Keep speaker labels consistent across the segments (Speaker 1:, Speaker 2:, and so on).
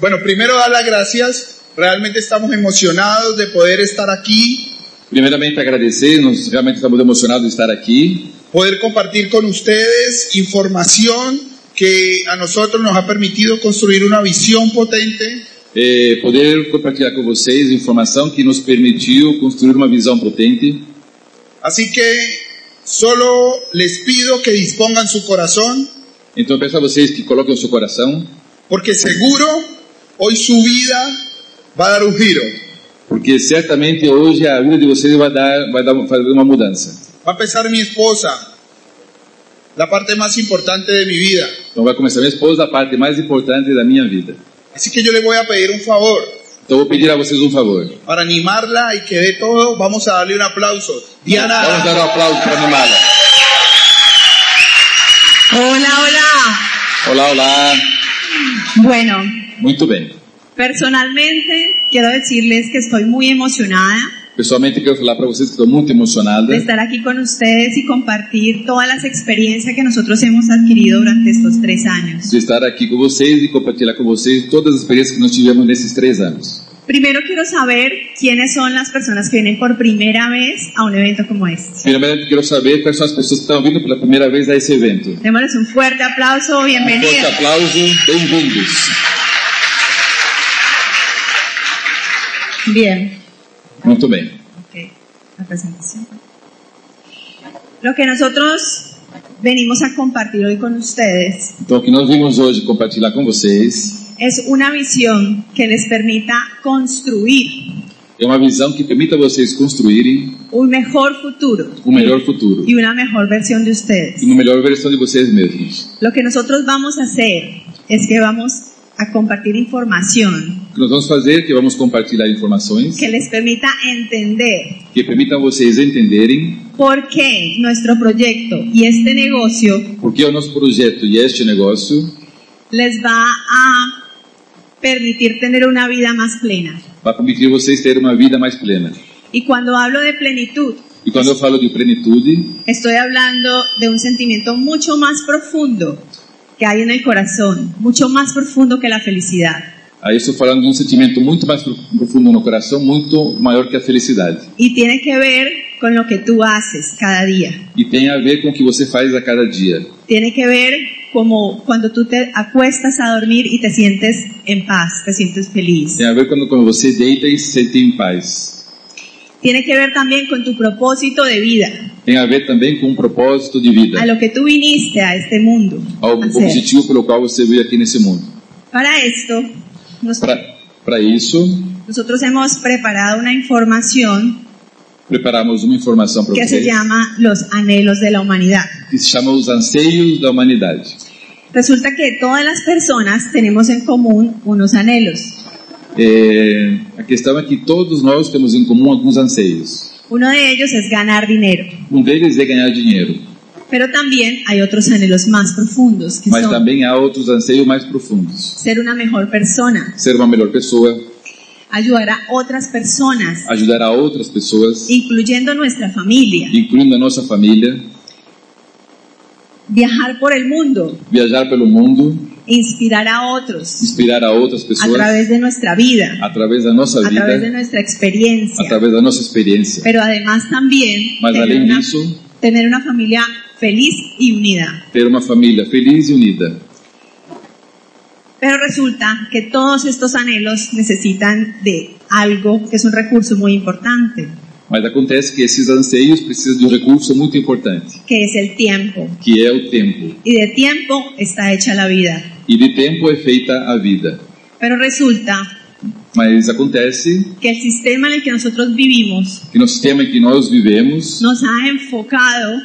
Speaker 1: Bueno, primero dar las gracias. Realmente estamos emocionados de poder estar aquí,
Speaker 2: Primeiramente, agradecer, nós realmente estamos emocionados de estar aqui,
Speaker 1: poder compartir con ustedes información que a nosotros nos ha permitido construir una visión potente
Speaker 2: eh, poder compartilhar com vocês informação que nos permitiu construir uma visão potente.
Speaker 1: Así que solo les pido que dispongan su corazón,
Speaker 2: Então, eu peço a vocês que coloquem o seu coração,
Speaker 1: porque seguro hoy su vida va a dar un giro.
Speaker 2: porque certamente hoje a vida de vocês vai dar, vai dar, fazer uma mudança.
Speaker 1: Va a empezar mi esposa, la parte más importante de mi vida.
Speaker 2: Então, vai começar minha esposa, a parte mais importante da minha vida.
Speaker 1: Así que yo le voy a pedir un favor.
Speaker 2: Então, eu vou pedir a vocês um favor.
Speaker 1: Para animarla y que dé todo, vamos a darle un aplauso.
Speaker 2: Vamos dar
Speaker 1: Diana,
Speaker 2: um aplauso para animá-la.
Speaker 3: Hola, hola.
Speaker 2: Olá, olá.
Speaker 3: Bueno,
Speaker 2: Muito bem.
Speaker 3: personalmente quiero decirles que estoy muy emocionada
Speaker 2: Pessoalmente, quero falar para vocês que estou muito
Speaker 3: de
Speaker 2: emocionada
Speaker 3: estar aquí con ustedes y compartir todas las experiencias que nosotros hemos adquirido durante estos tres años.
Speaker 2: de estar aqui com vocês e compartilhar com vocês todas as experiências que nós tivemos nesses três anos.
Speaker 3: Primero quiero saber quiénes son las personas que vienen por primera vez a un evento como este.
Speaker 2: Primeiramente, quero saber quais são as pessoas que estão vindo pela primeira vez a esse evento.
Speaker 3: Démosles un fuerte aplauso,
Speaker 2: Um forte
Speaker 3: bienvenidos.
Speaker 2: aplauso, bem-vindos.
Speaker 3: Bien.
Speaker 2: Muito bem.
Speaker 3: Ok, la presentación. Lo que nosotros venimos a compartir hoy con ustedes
Speaker 2: Então, o que nós vimos hoje compartilhar com vocês
Speaker 3: es una visión que les permita construir
Speaker 2: é uma visão que permita a vocês construírem
Speaker 3: un mejor futuro
Speaker 2: o melhor futuro
Speaker 3: y una mejor versión de
Speaker 2: e
Speaker 3: ustedes.
Speaker 2: uma melhor versão de vocês mesmos.
Speaker 3: Lo que nosotros vamos a hacer es que vamos a compartir información
Speaker 2: O que nós vamos fazer é que vamos compartilhar informações
Speaker 3: que les permita entender
Speaker 2: que permitam vocês entenderem
Speaker 3: por qué nuestro proyecto y este negocio
Speaker 2: por que o nosso projeto e este negócio
Speaker 3: les va a permitir tener una vida más plena.
Speaker 2: vai permitir vocês terem uma vida mais plena.
Speaker 3: Y cuando hablo de plenitud,
Speaker 2: E quando eu falo de plenitude,
Speaker 3: estoy hablando de un sentimiento mucho más profundo que hay en el corazón, mucho más profundo que la felicidad.
Speaker 2: aí eu estou falando de um sentimento muito mais profundo no coração, muito maior que a felicidade.
Speaker 3: Y tiene que ver con lo que tú haces cada día.
Speaker 2: e tem a ver com o que você faz a cada dia.
Speaker 3: Tiene que ver como cuando tú te acuestas a dormir y te sientes en paz, te sientes feliz.
Speaker 2: Tem a ver quando, quando você deita e se sente em paz.
Speaker 3: Tiene que ver también con tu propósito de vida,
Speaker 2: Tem a ver também com o propósito de vida,
Speaker 3: a lo que tú viniste a este mundo.
Speaker 2: ao
Speaker 3: a hacer.
Speaker 2: objetivo pelo qual você veio aqui nesse mundo.
Speaker 3: Para esto, nos-
Speaker 2: Para isso,
Speaker 3: nosotros hemos preparado una información
Speaker 2: preparamos uma informação para
Speaker 3: que se
Speaker 2: vocês
Speaker 3: llama Los Anhelos de la Humanidad.
Speaker 2: que se chama Os Anseios da Humanidade.
Speaker 3: Resulta que todas las personas tenemos en común unos anhelos.
Speaker 2: É, a questão é que todos nós temos em comum alguns anseios.
Speaker 3: Uno de ellos es ganar dinero,
Speaker 2: Um deles é ganhar dinheiro,
Speaker 3: pero también hay otros anhelos más profundos que
Speaker 2: mas
Speaker 3: son
Speaker 2: também há outros anseios mais profundos.
Speaker 3: ser una mejor persona,
Speaker 2: Ser uma melhor pessoa,
Speaker 3: ayudar a outras personas,
Speaker 2: ajudar a outras pessoas,
Speaker 3: incluyendo nuestra familia,
Speaker 2: incluindo a nossa família,
Speaker 3: viajar por el mundo,
Speaker 2: viajar pelo mundo,
Speaker 3: inspirar a otros
Speaker 2: inspirar a outras
Speaker 3: a
Speaker 2: pessoas
Speaker 3: través de nuestra vida,
Speaker 2: através da nossa
Speaker 3: a
Speaker 2: vida,
Speaker 3: través de nuestra experiencia,
Speaker 2: através da nossa experiência.
Speaker 3: pero además también
Speaker 2: Mas
Speaker 3: tener
Speaker 2: além
Speaker 3: una-
Speaker 2: disso,
Speaker 3: tener una familia feliz y unida.
Speaker 2: ter uma família feliz e unida.
Speaker 3: Pero resulta que todos estos anhelos necesitan de algo que es un recurso muy importante,
Speaker 2: Mas acontece que esses anseios precisam de um recurso muito importante,
Speaker 3: que es el tiempo.
Speaker 2: que é o tempo.
Speaker 3: Y de tiempo está hecha la vida.
Speaker 2: E de tempo é feita a vida.
Speaker 3: Pero resulta
Speaker 2: Mas acontece
Speaker 3: que el sistema en el que nosotros vivimos
Speaker 2: que no sistema em que nós vivemos
Speaker 3: nos ha enfocado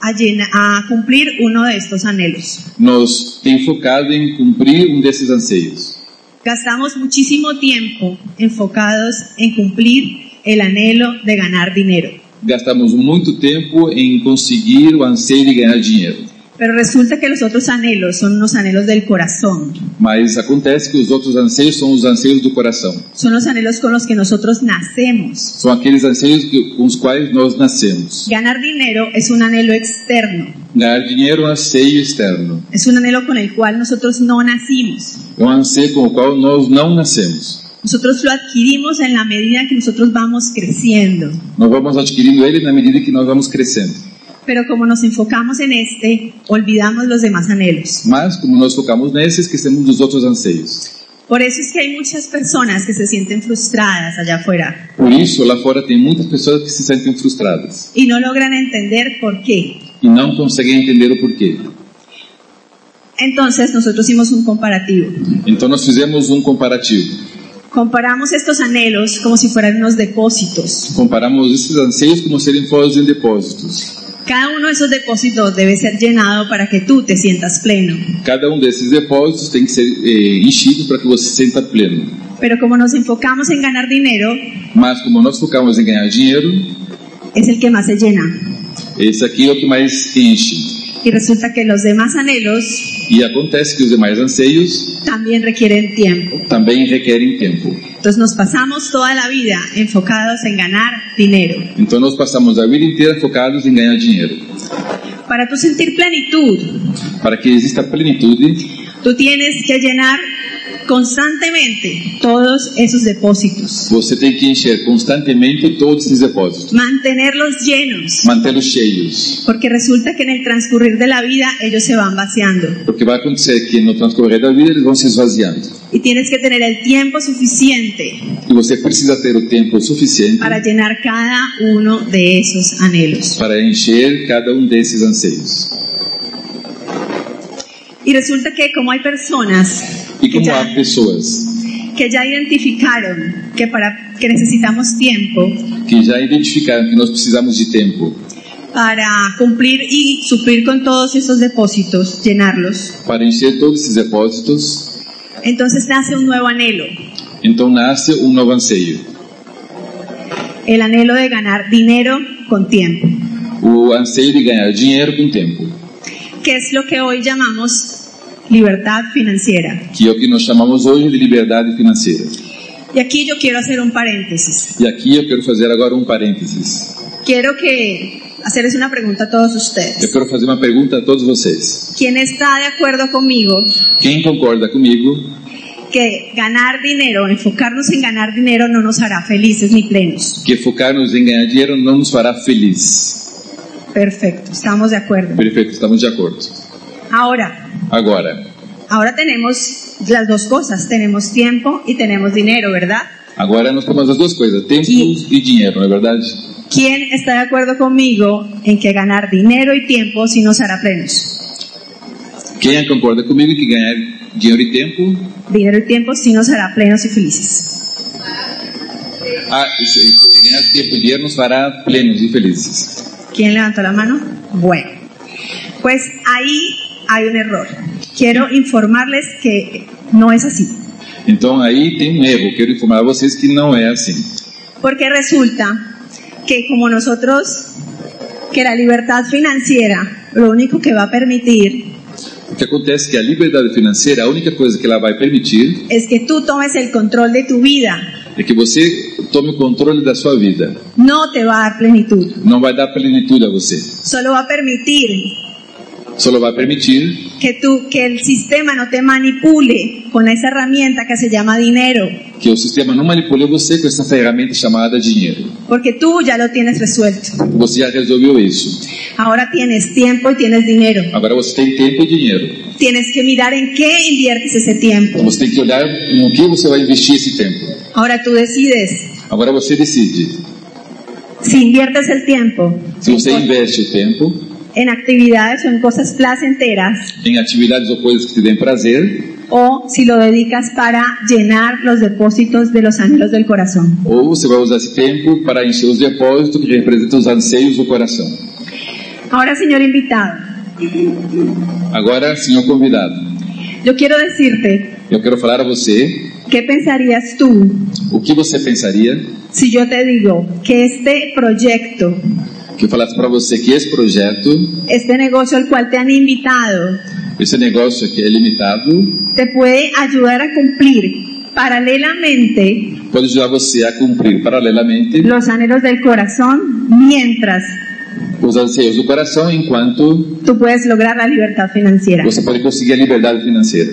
Speaker 3: a, llena- a cumplir uno de estos anhelos.
Speaker 2: nos tem focado em cumprir um desses anseios.
Speaker 3: Gastamos muchísimo tiempo enfocados en cumplir el anhelo de ganar dinero.
Speaker 2: Gastamos muito tempo em conseguir o anseio de ganhar dinheiro.
Speaker 3: Pero resulta que los otros anhelos son unos anhelos del corazón,
Speaker 2: Mas acontece que os outros anseios são os anseios do coração.
Speaker 3: son los anhelos con los que nosotros nacemos.
Speaker 2: são aqueles anseios que, com os quais nós nascemos.
Speaker 3: Ganar dinero es un anhelo externo,
Speaker 2: Ganhar dinheiro é um anseio externo.
Speaker 3: es un anhelo con el cual nosotros no nacimos.
Speaker 2: É um anseio com o qual nós não nascemos.
Speaker 3: Nosotros lo adquirimos en la medida que nosotros vamos creciendo.
Speaker 2: Nós vamos adquirindo ele na medida que nós vamos crescendo.
Speaker 3: Pero como nos enfocamos en este, olvidamos los demás anhelos.
Speaker 2: Mas, como nós focamos nesse, esquecemos dos outros anseios.
Speaker 3: Por eso es que hay muchas personas que se sienten frustradas allá afuera
Speaker 2: Por isso, lá fora tem muitas pessoas que se sentem frustradas
Speaker 3: y no logran entender por qué.
Speaker 2: e não conseguem entender o porquê.
Speaker 3: Entonces nosotros hicimos un comparativo.
Speaker 2: Então, nós fizemos um comparativo.
Speaker 3: Comparamos estos anhelos como si fueran unos depósitos.
Speaker 2: Comparamos esses anseios como serem fósseis em depósitos.
Speaker 3: Cada uno de esos depósitos debe ser llenado para que tú te sientas pleno.
Speaker 2: Cada um desses depósitos tem que ser eh, enchido para que você se sinta pleno.
Speaker 3: Pero como nos enfocamos en ganar dinero,
Speaker 2: Mas, como nós focamos em ganhar dinheiro,
Speaker 3: es el que más se llena.
Speaker 2: esse aqui é o que mais enche.
Speaker 3: Y resulta que los demás anhelos
Speaker 2: E acontece que os demais anseios
Speaker 3: también requieren tiempo.
Speaker 2: também requerem tempo.
Speaker 3: Entonces nos pasamos toda la vida enfocados en ganar dinero.
Speaker 2: Então nós passamos a vida inteira focados em ganhar dinheiro.
Speaker 3: Para tú sentir plenitud,
Speaker 2: Para que exista plenitude,
Speaker 3: tú tienes que llenar constantemente todos esos depósitos,
Speaker 2: você tem que encher constantemente todos esses depósitos,
Speaker 3: mantenerlos llenos,
Speaker 2: mantê-los cheios,
Speaker 3: porque resulta que en el transcurrir de la vida ellos se van vaciando.
Speaker 2: porque vai acontecer que no transcorrer da vida eles vão se esvaziando.
Speaker 3: Y tienes que tener el tiempo suficiente
Speaker 2: E você precisa ter o tempo suficiente
Speaker 3: para llenar cada uno de esos anhelos.
Speaker 2: para encher cada um desses anseios.
Speaker 3: Y resulta que como hay personas
Speaker 2: E
Speaker 3: que
Speaker 2: como
Speaker 3: ya,
Speaker 2: há pessoas
Speaker 3: que ya identificaron que para que necesitamos tiempo
Speaker 2: que já identificaram que nós precisamos de tempo
Speaker 3: para cumplir y suplir con todos esos depósitos, llenarlos,
Speaker 2: para encher todos esses depósitos,
Speaker 3: entonces nace un nuevo anhelo,
Speaker 2: então nasce um novo anseio,
Speaker 3: el anhelo de ganar dinero con tiempo,
Speaker 2: o anseio de ganhar dinheiro com tempo.
Speaker 3: que es lo que hoy llamamos libertad financiera.
Speaker 2: que é o que nós chamamos hoje de liberdade financeira.
Speaker 3: Y aquí yo quiero hacer un paréntesis.
Speaker 2: E aqui eu quero fazer agora um parênteses.
Speaker 3: Quiero que hacerles una pregunta a todos
Speaker 2: Eu
Speaker 3: ustedes.
Speaker 2: quero fazer uma pergunta a todos vocês.
Speaker 3: ¿Quién está de acuerdo conmigo
Speaker 2: Quem concorda comigo
Speaker 3: que ganar dinero, enfocarnos en ganar dinero no nos hará felices ni plenos?
Speaker 2: que focar-nos em ganhar dinheiro não nos fará feliz?
Speaker 3: Perfecto, estamos de acuerdo.
Speaker 2: Perfeito, estamos de acordo.
Speaker 3: Ahora,
Speaker 2: Agora,
Speaker 3: Ahora tenemos las dos cosas, tenemos tiempo y tenemos dinero, ¿verdad?
Speaker 2: agora nós temos as duas coisas, tempo
Speaker 3: Sim.
Speaker 2: e dinheiro, não é verdade?
Speaker 3: ¿Quién está de acuerdo conmigo en que ganar dinero y tiempo sí nos hará plenos?
Speaker 2: Quem concorda comigo que ganhar dinheiro e tempo,
Speaker 3: Dinero y tiempo sí nos hará plenos y felices.
Speaker 2: ah, isso, que ganhar tempo e dinheiro nos fará plenos e felizes.
Speaker 3: ¿Quién levantó la mano? Bueno, pues ahí hay un error. Quiero informarles que no es así,
Speaker 2: Então aí tem um erro. Quero informar a vocês que não é assim.
Speaker 3: porque resulta que como nosotros, que la libertad financiera lo único que va a permitir
Speaker 2: O que acontece é que a liberdade financeira, a única coisa que ela vai permitir
Speaker 3: es que tú tomes el control de tu vida
Speaker 2: é que você tome o controle da sua vida.
Speaker 3: no te va a dar plenitud.
Speaker 2: Não vai dar plenitude a você.
Speaker 3: Solo va a permitir
Speaker 2: Só vai permitir
Speaker 3: que tú, que el sistema no te manipule con esa herramienta que se llama dinero,
Speaker 2: que o sistema não manipule você com essa ferramenta chamada dinheiro.
Speaker 3: porque tú ya lo tienes resuelto.
Speaker 2: Você já resolveu isso.
Speaker 3: Ahora tienes tiempo y tienes dinero.
Speaker 2: Agora você tem tempo e dinheiro.
Speaker 3: Tienes que mirar en qué inviertes ese tiempo.
Speaker 2: Então Você tem que olhar no que você vai investir esse tempo.
Speaker 3: Ahora tú decides
Speaker 2: Agora você decide.
Speaker 3: si inviertes el tiempo
Speaker 2: Se você investe o tempo
Speaker 3: en actividades o en cosas placenteras
Speaker 2: em atividades ou coisas que te dêem prazer,
Speaker 3: o si lo dedicas para llenar los depósitos de los anhelos del corazón.
Speaker 2: ou você vai usar esse tempo para encher os depósitos que representam os anseios do coração.
Speaker 3: Ahora, señor invitado,
Speaker 2: Agora, senhor convidado,
Speaker 3: yo quiero decirte
Speaker 2: Eu quero falar a você
Speaker 3: ¿Qué pensarías tú
Speaker 2: o que você pensaria
Speaker 3: si yo te digo que este proyecto,
Speaker 2: que eu falasse para você que esse projeto,
Speaker 3: este negocio al cual te han invitado,
Speaker 2: esse negócio aqui é limitado,
Speaker 3: te puede ayudar a cumplir paralelamente
Speaker 2: pode ajudar você a cumprir paralelamente
Speaker 3: los anhelos del corazón mientras
Speaker 2: os anseios do coração enquanto
Speaker 3: tú puedes lograr la libertad financiera?
Speaker 2: Pues você pode conseguir a liberdade financeira.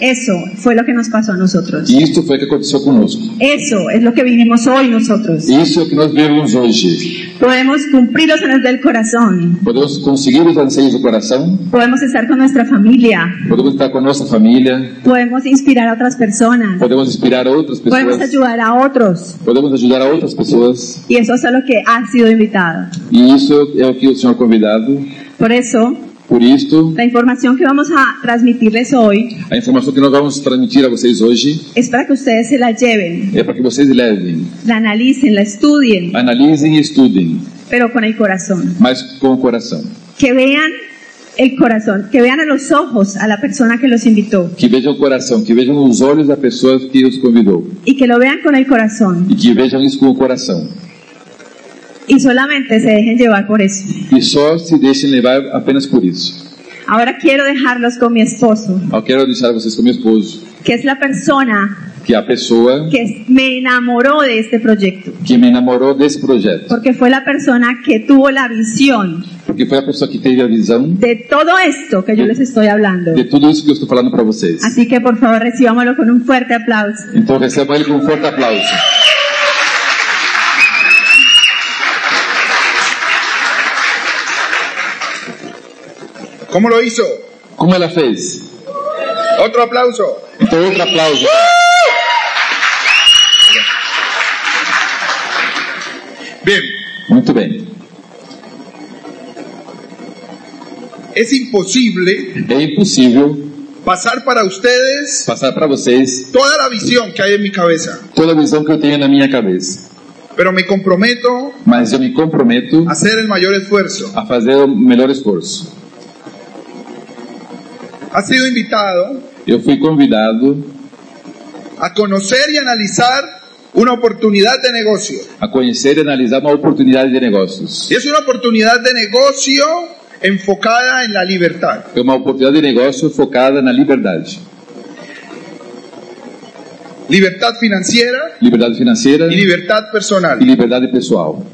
Speaker 3: Eso fue lo que nos pasó a nosotros.
Speaker 2: E isto foi o que aconteceu conosco.
Speaker 3: Eso es lo que vivimos hoy nosotros.
Speaker 2: Isso é o que nós vivemos hoje.
Speaker 3: Podemos cumplir los anhelos del corazón.
Speaker 2: Podemos conseguir os anseios do coração,
Speaker 3: Podemos estar con nuestra familia.
Speaker 2: podemos estar com a nossa família,
Speaker 3: Podemos inspirar a otras personas.
Speaker 2: podemos inspirar outras
Speaker 3: Podemos
Speaker 2: pessoas,
Speaker 3: ayudar a otros.
Speaker 2: podemos ajudar a outras pessoas.
Speaker 3: Y eso es a lo que ha sido invitado.
Speaker 2: E isso é o que o Senhor é convidado.
Speaker 3: Por eso,
Speaker 2: Por isto,
Speaker 3: la información que vamos a transmitirles hoy
Speaker 2: a informação que nós vamos transmitir a vocês hoje
Speaker 3: es para que ustedes se la lleven,
Speaker 2: é para que vocês levem,
Speaker 3: la analicen, la estudien,
Speaker 2: analisem e estudem,
Speaker 3: pero con el corazón.
Speaker 2: mas com o coração.
Speaker 3: Que vean el corazón, que vean a los ojos a la persona que los invitó
Speaker 2: Que vejam o coração, que vejam os olhos da pessoa que os convidou
Speaker 3: y que lo vean con el corazón
Speaker 2: e que vejam isso com o coração.
Speaker 3: y solamente se dejen llevar por eso.
Speaker 2: E só se deixem levar apenas por isso.
Speaker 3: Ahora quiero dejarlos con mi esposo,
Speaker 2: Eu quero deixar vocês com meu esposo,
Speaker 3: que es la persona
Speaker 2: que é a pessoa
Speaker 3: que me enamoró de este proyecto,
Speaker 2: que me namorou desse projeto,
Speaker 3: porque fue la persona que tuvo la visión
Speaker 2: porque foi a pessoa que teve a visão
Speaker 3: de todo esto que yo les estoy hablando.
Speaker 2: de tudo isso que eu estou falando para vocês.
Speaker 3: Así que por favor recibámoslo con un fuerte aplauso.
Speaker 2: Então recebam ele com um forte aplauso.
Speaker 1: ¿Cómo lo hizo?
Speaker 2: Como ela fez?
Speaker 1: Otro aplauso.
Speaker 2: Então outro aplauso.
Speaker 1: Bien,
Speaker 2: Muito bem.
Speaker 1: es imposible
Speaker 2: É impossível
Speaker 1: pasar para ustedes
Speaker 2: passar para vocês
Speaker 1: toda la visión que hay en mi cabeza,
Speaker 2: toda a visão que eu tenho na minha cabeça,
Speaker 1: pero me comprometo
Speaker 2: mas eu me comprometo
Speaker 1: a hacer el mayor esfuerzo.
Speaker 2: a fazer o melhor esforço.
Speaker 1: Ha sido invitado
Speaker 2: Eu fui convidado
Speaker 1: a conocer y analizar una oportunidad de negocio.
Speaker 2: a conhecer e analisar uma oportunidade de negócios.
Speaker 1: Y es una oportunidad de negocio enfocada en la libertad.
Speaker 2: É uma oportunidade de negócio focada na liberdade.
Speaker 1: Libertad financiera
Speaker 2: Liberdade financeira
Speaker 1: y
Speaker 2: e
Speaker 1: libertad personal.
Speaker 2: liberdade pessoal.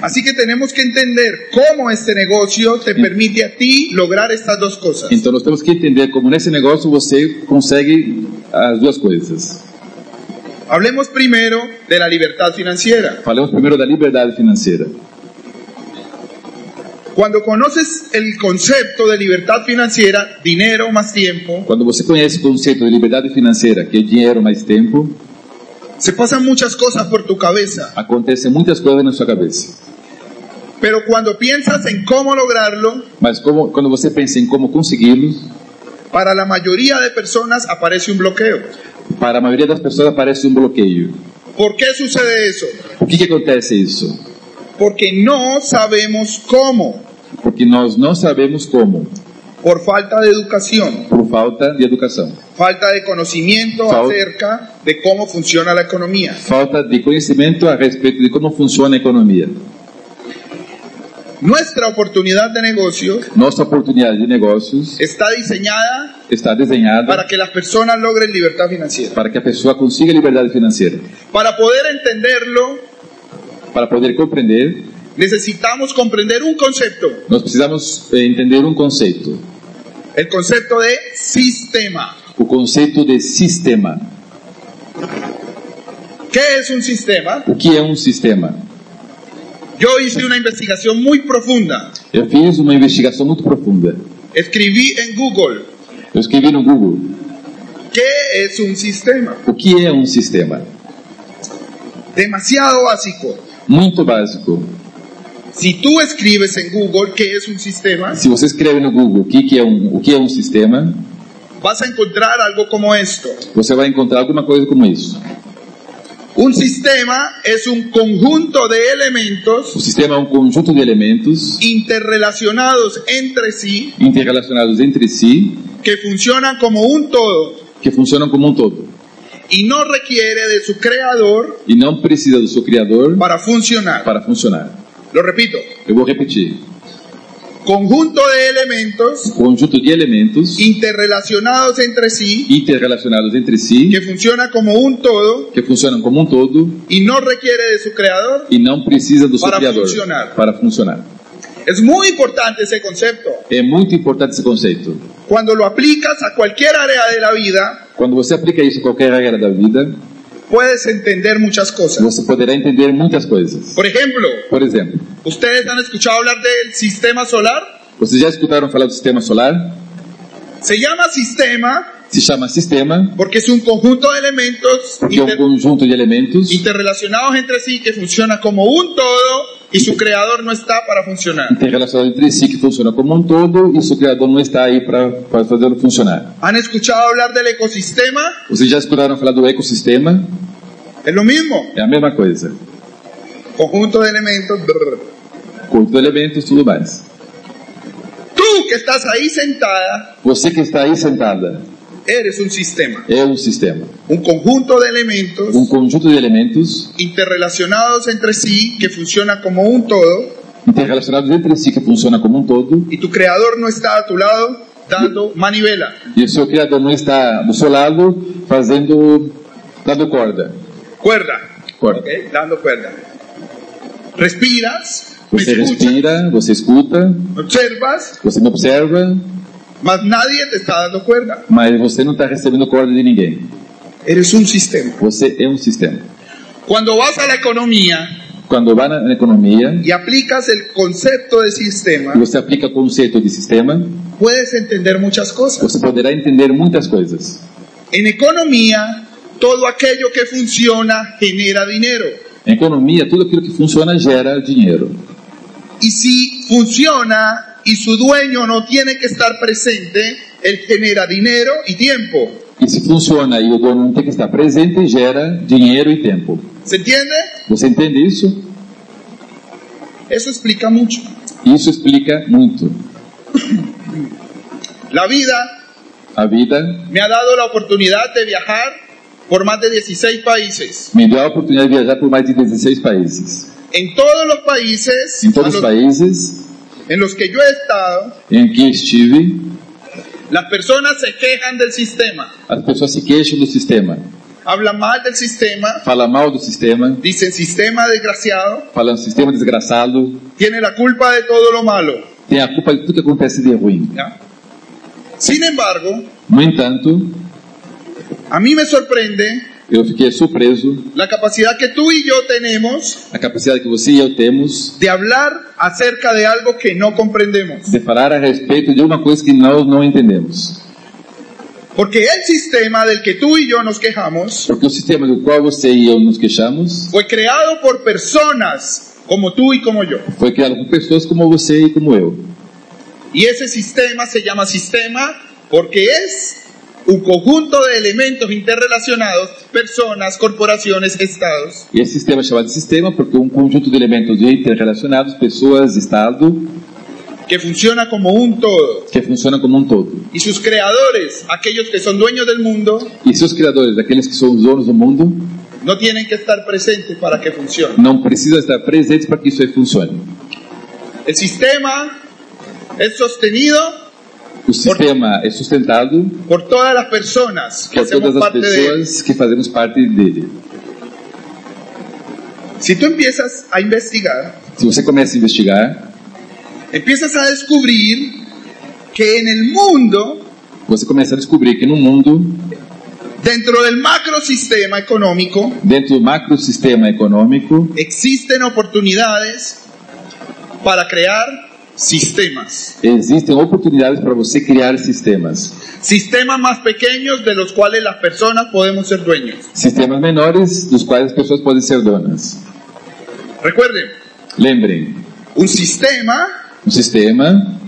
Speaker 1: Así que tenemos que entender cómo este negocio te permite a ti lograr estas dos cosas.
Speaker 2: Então nós temos que entender como nesse negócio você consegue as duas coisas.
Speaker 1: Hablemos primero de la libertad financiera.
Speaker 2: Falamos primeiro da liberdade financeira.
Speaker 1: Cuando conoces el concepto de libertad financiera, dinero más tiempo,
Speaker 2: Quando você conhece o conceito de liberdade financeira, que é dinheiro mais tempo,
Speaker 1: se pasan muchas cosas por tu cabeza,
Speaker 2: acontecem muitas coisas na sua cabeça.
Speaker 1: pero cuando piensas en cómo lograrlo,
Speaker 2: Mas como, quando você pensa em como consegui-los,
Speaker 1: para la mayoría de personas aparece un bloqueo.
Speaker 2: para a maioria das pessoas aparece um bloqueio.
Speaker 1: ¿Por qué sucede eso?
Speaker 2: O que, que acontece isso?
Speaker 1: Porque no sabemos cómo,
Speaker 2: Porque nós não sabemos como,
Speaker 1: por falta de educación,
Speaker 2: por falta de educação,
Speaker 1: falta de conocimiento
Speaker 2: Fal-
Speaker 1: acerca de cómo funciona la economía.
Speaker 2: falta de conhecimento a respeito de como funciona a economia.
Speaker 1: Nuestra oportunidad de negocio
Speaker 2: Nossa oportunidade de negócios
Speaker 1: está diseñada
Speaker 2: está desenhada
Speaker 1: para que las personas logren libertad financiera.
Speaker 2: para que a pessoa consiga liberdade financeira.
Speaker 1: Para poder entenderlo,
Speaker 2: Para poder compreender,
Speaker 1: necesitamos comprender un concepto,
Speaker 2: nós precisamos eh, entender um conceito,
Speaker 1: el concepto de sistema.
Speaker 2: o conceito de sistema.
Speaker 1: ¿Qué es un sistema?
Speaker 2: O que é um sistema?
Speaker 1: Yo hice una investigación muy profunda.
Speaker 2: Eu fiz uma investigação muito profunda.
Speaker 1: Escribí en Google,
Speaker 2: Eu escrevi no Google
Speaker 1: ¿qué es un sistema?
Speaker 2: o que é um sistema.
Speaker 1: Demasiado básico.
Speaker 2: Muito básico.
Speaker 1: Si tú escribes en Google qué es un sistema,
Speaker 2: Se você escreve no Google o que, que é um, o que é um sistema,
Speaker 1: vas a encontrar algo como esto.
Speaker 2: você vai encontrar alguma coisa como isso.
Speaker 1: Un sistema es un conjunto de elementos
Speaker 2: O sistema é um conjunto de elementos
Speaker 1: interrelacionados entre sí
Speaker 2: interrelacionados entre si
Speaker 1: que funcionan como un todo
Speaker 2: que funcionam como um todo
Speaker 1: y no requiere de su creador
Speaker 2: e não precisa do seu criador
Speaker 1: para funcionar.
Speaker 2: para funcionar.
Speaker 1: Lo repito,
Speaker 2: Eu vou repetir.
Speaker 1: conjunto de elementos
Speaker 2: Conjunto de elementos
Speaker 1: interrelacionados entre sí
Speaker 2: interrelacionados entre si
Speaker 1: que funciona como un todo
Speaker 2: que funcionam como um todo
Speaker 1: y no requiere de su creador.
Speaker 2: e não precisa do seu
Speaker 1: Para
Speaker 2: criador
Speaker 1: funcionar.
Speaker 2: para funcionar.
Speaker 1: Es muy importante ese concepto.
Speaker 2: É muito importante esse conceito.
Speaker 1: Cuando lo aplicas a cualquier área de la vida,
Speaker 2: Quando você aplica isso em qualquer área da vida,
Speaker 1: puedes entender muchas cosas.
Speaker 2: você poderá entender muitas coisas.
Speaker 1: Por ejemplo,
Speaker 2: Por exemplo,
Speaker 1: ¿ustedes han escuchado hablar del sistema solar?
Speaker 2: vocês já escutaram falar do sistema solar?
Speaker 1: Se llama sistema
Speaker 2: Se chama sistema
Speaker 1: porque es un conjunto de elementos
Speaker 2: porque é um
Speaker 1: inter-
Speaker 2: conjunto de elementos
Speaker 1: interrelacionados entre sí que funciona como un todo y su creador no está para funcionar.
Speaker 2: interrelacionados entre si que funcionam como um todo e seu criador não está aí para para fazê-lo funcionar.
Speaker 1: ¿Han escuchado hablar del ecosistema?
Speaker 2: Vocês já escutaram falar do ecossistema?
Speaker 1: Es lo mismo.
Speaker 2: É a mesma coisa.
Speaker 1: Conjunto de elementos. brr.
Speaker 2: Conjunto de elementos, tudo mais.
Speaker 1: Tú que estás ahí sentada,
Speaker 2: Você que está aí sentada
Speaker 1: eres un sistema.
Speaker 2: é um sistema.
Speaker 1: Un conjunto de elementos
Speaker 2: Um conjunto de elementos
Speaker 1: interrelacionados entre sí que funciona como un todo
Speaker 2: interrelacionados entre si que funciona como um todo
Speaker 1: y tu creador no está a tu lado dando manivela,
Speaker 2: e o seu criador não está do seu lado fazendo dando corda.
Speaker 1: cuerda,
Speaker 2: corda.
Speaker 1: ¿ok? Dando cuerda. Respiras, me
Speaker 2: Você
Speaker 1: escuchas,
Speaker 2: respira, você escuta,
Speaker 1: observas,
Speaker 2: você me observa,
Speaker 1: mas nadie te está dando cuerda.
Speaker 2: mas você não está recebendo corda de ninguém.
Speaker 1: Eres un sistema.
Speaker 2: Você é um sistema.
Speaker 1: Cuando vas a la economía
Speaker 2: Quando vai na na economia
Speaker 1: y aplicas el concepto de sistema,
Speaker 2: e você aplica o conceito de sistema,
Speaker 1: puedes entender muchas cosas.
Speaker 2: você poderá entender muitas coisas.
Speaker 1: En economía, todo aquello que funciona genera dinero.
Speaker 2: Na economia, tudo aquilo que funciona gera dinheiro.
Speaker 1: Y si funciona y su dueño no tiene que estar presente, él genera dinero y tiempo.
Speaker 2: E se funciona e o dono não tem que estar presente, gera dinheiro e tempo.
Speaker 1: ¿Se entiende?
Speaker 2: Você entende isso?
Speaker 1: Eso explica mucho.
Speaker 2: Isso explica muito.
Speaker 1: La vida
Speaker 2: A vida
Speaker 1: me ha dado la oportunidad de viajar por más de 16 países.
Speaker 2: me deu a oportunidade de viajar por mais de 16 países.
Speaker 1: En todos los países
Speaker 2: Em todos
Speaker 1: a
Speaker 2: os
Speaker 1: los-
Speaker 2: países
Speaker 1: en los que yo he estado,
Speaker 2: em que estive,
Speaker 1: las personas se quejan del sistema,
Speaker 2: as pessoas se queixam do sistema.
Speaker 1: hablan mal del sistema,
Speaker 2: Falam mal do sistema,
Speaker 1: dicen sistema desgraciado,
Speaker 2: falam sistema desgraçado,
Speaker 1: tiene la culpa de todo lo malo.
Speaker 2: tem a culpa de tudo que acontece de ruim.
Speaker 1: ¿ya? Sin embargo,
Speaker 2: No entanto,
Speaker 1: a mí me sorprende
Speaker 2: eu fiquei surpreso
Speaker 1: la capacidad que tú y yo tenemos
Speaker 2: a capacidade que você e eu temos
Speaker 1: de hablar acerca de algo que no comprendemos.
Speaker 2: de falar a respeito de uma coisa que nós não entendemos.
Speaker 1: Porque el sistema del que tú y yo nos quejamos
Speaker 2: Porque o sistema do qual você e eu nos queixamos
Speaker 1: fue creado por personas como tú y como yo.
Speaker 2: foi criado por pessoas como você e como eu.
Speaker 1: Y ese sistema se llama sistema porque es un conjunto de elementos interrelacionados, personas, corporaciones, estados,
Speaker 2: E esse sistema é chamado de sistema porque é um conjunto de elementos interrelacionados, pessoas, Estado,
Speaker 1: que funciona como un todo.
Speaker 2: que funciona como um todo.
Speaker 1: Y sus creadores, aquellos que son dueños del mundo,
Speaker 2: E seus criadores, aqueles que são os donos do mundo,
Speaker 1: no tienen que estar presentes para que funcione.
Speaker 2: não precisam estar presentes para que isso aí funcione.
Speaker 1: El sistema es sostenido
Speaker 2: O sistema é sustentado
Speaker 1: por todas las personas que
Speaker 2: por
Speaker 1: hacemos
Speaker 2: todas as
Speaker 1: parte de él.
Speaker 2: pessoas que fazemos parte dele.
Speaker 1: Si tú empiezas a investigar,
Speaker 2: Se você começa a investigar,
Speaker 1: empiezas a descubrir que en el mundo,
Speaker 2: você começa a descobrir que no mundo,
Speaker 1: dentro del macrosistema económico,
Speaker 2: dentro do macrosistema econômico,
Speaker 1: existen oportunidades para crear sistemas.
Speaker 2: existem oportunidades para você criar sistemas.
Speaker 1: Sistemas más pequeños de los cuales las personas podemos ser dueños.
Speaker 2: Sistemas menores dos quais as pessoas podem ser donas.
Speaker 1: Recuerden,
Speaker 2: Lembrem,
Speaker 1: un sistema
Speaker 2: o sistema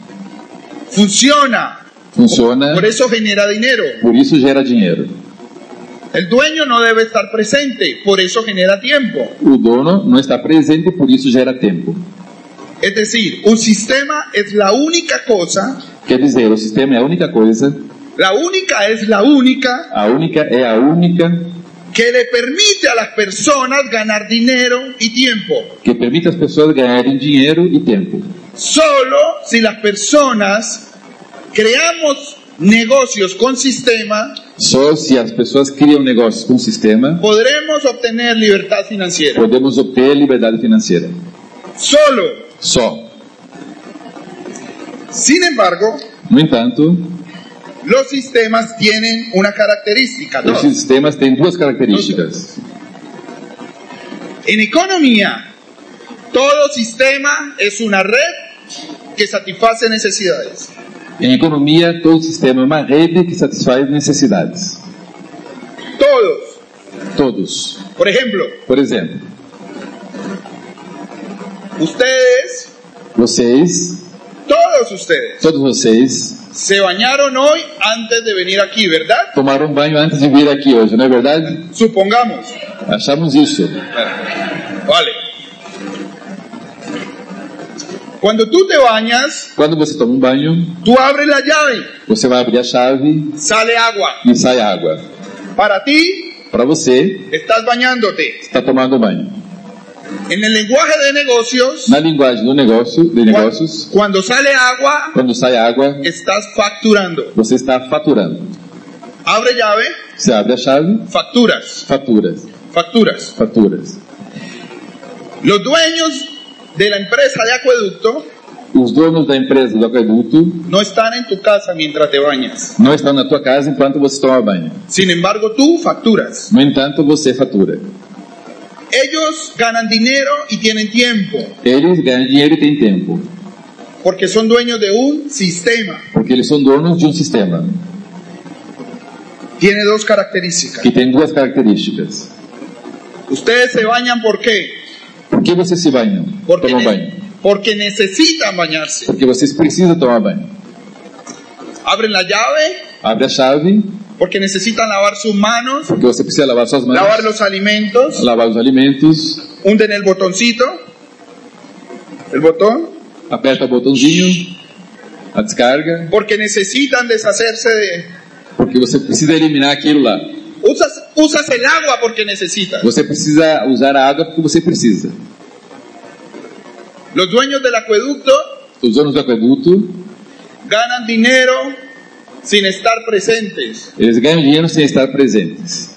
Speaker 1: funciona,
Speaker 2: funciona,
Speaker 1: por eso genera dinero.
Speaker 2: por isso gera dinheiro.
Speaker 1: El dueño no debe estar presente, por eso genera tiempo.
Speaker 2: O dono não está presente, por isso gera tempo.
Speaker 1: Es decir, un sistema es la única cosa,
Speaker 2: Quer dizer, o sistema é a única coisa,
Speaker 1: la única es la única
Speaker 2: a única é a única
Speaker 1: que le permite a las personas ganar dinero y tiempo.
Speaker 2: que permite às pessoas ganharem dinheiro e tempo.
Speaker 1: Solo si las personas creamos negocios con sistema,
Speaker 2: Só se as pessoas criam negócios com o sistema,
Speaker 1: podremos obtener libertad financiera.
Speaker 2: podemos obter liberdade financeira.
Speaker 1: Solo
Speaker 2: Só.
Speaker 1: Sin embargo,
Speaker 2: No entanto,
Speaker 1: los sistemas tienen una característica.
Speaker 2: os
Speaker 1: dos.
Speaker 2: sistemas têm duas características.
Speaker 1: En economía, todo sistema es una red que satisface necesidades.
Speaker 2: Em economia, todo sistema é uma rede que satisfaz necessidades.
Speaker 1: Todos.
Speaker 2: Todos.
Speaker 1: Por ejemplo,
Speaker 2: Por exemplo,
Speaker 1: ustedes,
Speaker 2: vocês,
Speaker 1: todos ustedes,
Speaker 2: todos vocês,
Speaker 1: se bañaron hoy antes de venir aquí, ¿verdad?
Speaker 2: tomaram um banho antes de vir aqui hoje, não é verdade?
Speaker 1: Supongamos.
Speaker 2: Achamos isso.
Speaker 1: Vale. Cuando tú te bañas,
Speaker 2: Quando você toma um banho,
Speaker 1: tú abres la llave,
Speaker 2: você vai abrir a chave
Speaker 1: sale agua.
Speaker 2: e sai água.
Speaker 1: Para ti,
Speaker 2: Para você,
Speaker 1: estás bañándote.
Speaker 2: está tomando banho.
Speaker 1: En el lenguaje de negocios,
Speaker 2: Na linguagem do negócio, de
Speaker 1: cua-
Speaker 2: negócios,
Speaker 1: cuando sale agua,
Speaker 2: quando sai água,
Speaker 1: estás facturando.
Speaker 2: você está faturando.
Speaker 1: Abre llave,
Speaker 2: Você abre a chave,
Speaker 1: facturas,
Speaker 2: faturas,
Speaker 1: facturas.
Speaker 2: faturas.
Speaker 1: Los dueños de la empresa de acueducto
Speaker 2: Os donos da empresa do aqueduto
Speaker 1: no están en tu casa mientras te bañas.
Speaker 2: não estão na tua casa enquanto você toma banho.
Speaker 1: Sin embargo, tú facturas.
Speaker 2: No entanto, você fatura.
Speaker 1: Ellos ganan dinero y tienen tiempo
Speaker 2: Eles ganham dinheiro e têm tempo,
Speaker 1: porque son dueños de un sistema.
Speaker 2: porque eles são donos de um sistema
Speaker 1: Tiene dos características.
Speaker 2: que tem duas características.
Speaker 1: Ustedes se bañan por qué?
Speaker 2: Por que vocês se banham?
Speaker 1: Porque,
Speaker 2: Tomam
Speaker 1: ne-
Speaker 2: banho.
Speaker 1: porque necesitan bañarse.
Speaker 2: Porque vocês precisam tomar banho.
Speaker 1: Abren la llave
Speaker 2: Abre a chave,
Speaker 1: porque necesitan lavar sus manos,
Speaker 2: porque você precisa lavar suas mãos,
Speaker 1: lavar los alimentos,
Speaker 2: lavar os alimentos,
Speaker 1: hunden el botoncito, el botón,
Speaker 2: aperta o botãozinho, a descarga,
Speaker 1: porque necesitan deshacerse de...
Speaker 2: porque você precisa eliminar aquilo lá.
Speaker 1: Usas, usas el agua porque necesitas.
Speaker 2: Você precisa usar a água porque você precisa.
Speaker 1: Los dueños del acueducto
Speaker 2: Os donos do aqueduto,
Speaker 1: ganan dinero sin estar presentes,
Speaker 2: eles ganham dinheiro sem estar presentes,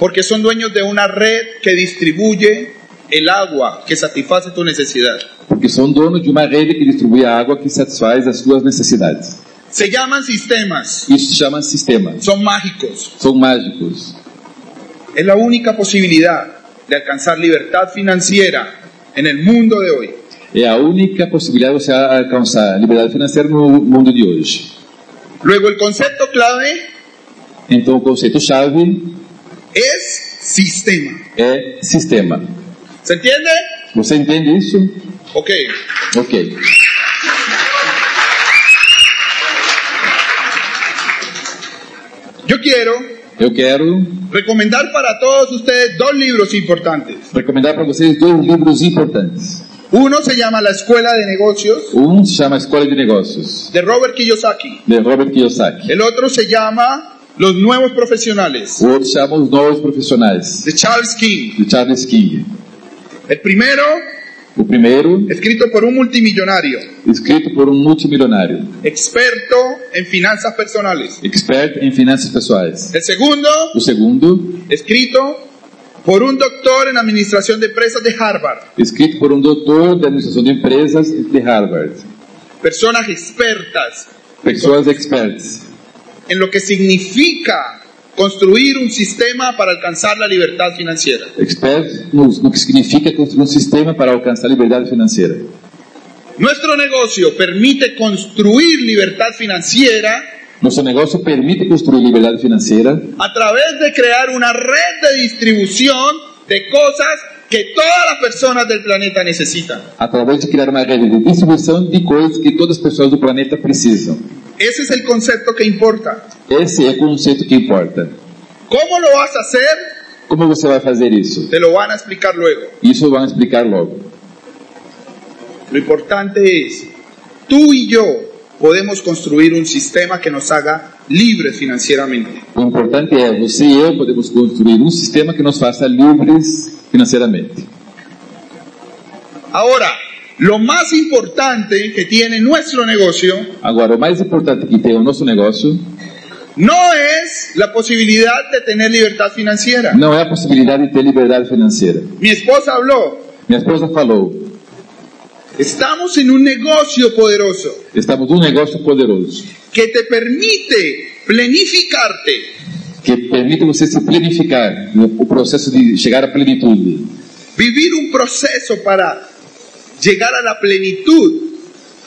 Speaker 1: porque son dueños de una red que distribuye el agua que satisface tu necesidad.
Speaker 2: porque são donos de uma rede que distribui a água que satisfaz as suas necessidades.
Speaker 1: Se llaman sistemas,
Speaker 2: Isso se chama sistema.
Speaker 1: son mágicos.
Speaker 2: São mágicos.
Speaker 1: Es la única posibilidad de alcanzar libertad financiera en el mundo de hoy.
Speaker 2: É a única possibilidade de você alcançar a liberdade financeira no mundo de hoje.
Speaker 1: Luego el concepto clave
Speaker 2: Então, o conceito-chave
Speaker 1: es sistema.
Speaker 2: é sistema.
Speaker 1: ¿Se entiende?
Speaker 2: Você entende isso?
Speaker 1: Ok.
Speaker 2: Ok.
Speaker 1: Yo quiero
Speaker 2: Eu quero
Speaker 1: recomendar para todos ustedes dos libros importantes.
Speaker 2: recomendar para vocês dois livros importantes.
Speaker 1: Uno se llama La Escuela de Negocios
Speaker 2: Um se chama Escola de Negócios,
Speaker 1: de Robert Kiyosaki.
Speaker 2: de Robert Kiyosaki.
Speaker 1: El otro se llama Los Nuevos Profesionales
Speaker 2: O outro se chama Os Novos Profissionais,
Speaker 1: de Charles King.
Speaker 2: de Charles King.
Speaker 1: El primero,
Speaker 2: O primeiro,
Speaker 1: escrito por un multimillonario,
Speaker 2: escrito por um multimilionário,
Speaker 1: experto en finanzas personales.
Speaker 2: expert em finanças pessoais.
Speaker 1: El segundo,
Speaker 2: O segundo,
Speaker 1: escrito por un doctor en administración de empresas de Harvard.
Speaker 2: escrito por um doutor da administração de empresas de Harvard.
Speaker 1: Personas expertas
Speaker 2: Pessoas expertas
Speaker 1: en lo que significa construir un sistema para alcanzar la libertad financiera.
Speaker 2: expertos no, no que significa construir um sistema para alcançar a liberdade financeira.
Speaker 1: Nuestro negocio permite construir libertad financiera
Speaker 2: Nosso negócio permite construir liberdade financeira
Speaker 1: a través de crear una red de distribución de cosas que todas las personas del planeta necesitan.
Speaker 2: através de criar uma rede de distribuição de coisas que todas as pessoas do planeta precisam.
Speaker 1: Ese es el concepto que importa.
Speaker 2: Esse é o conceito que importa.
Speaker 1: ¿Cómo lo vas a hacer?
Speaker 2: Como você vai fazer isso?
Speaker 1: Te lo van a explicar luego.
Speaker 2: Isso vão explicar logo.
Speaker 1: Lo importante es, tú y yo podemos construir un sistema que nos haga libres financieramente.
Speaker 2: O importante é você e eu podemos construir um sistema que nos faça livres financeiramente.
Speaker 1: Ahora, lo más importante que tiene nuestro negocio
Speaker 2: Agora, o mais importante que tem o nosso negócio
Speaker 1: no es la posibilidad de tener libertad financiera.
Speaker 2: não é a possibilidade de ter liberdade financeira.
Speaker 1: Mi esposa habló
Speaker 2: Minha esposa falou,
Speaker 1: Estamos en un negocio poderoso
Speaker 2: Estamos num negócio poderoso
Speaker 1: que te permite planificarte,
Speaker 2: que permite você se planificar no- o processo de chegar à plenitude,
Speaker 1: vivir un proceso para llegar a la plenitud,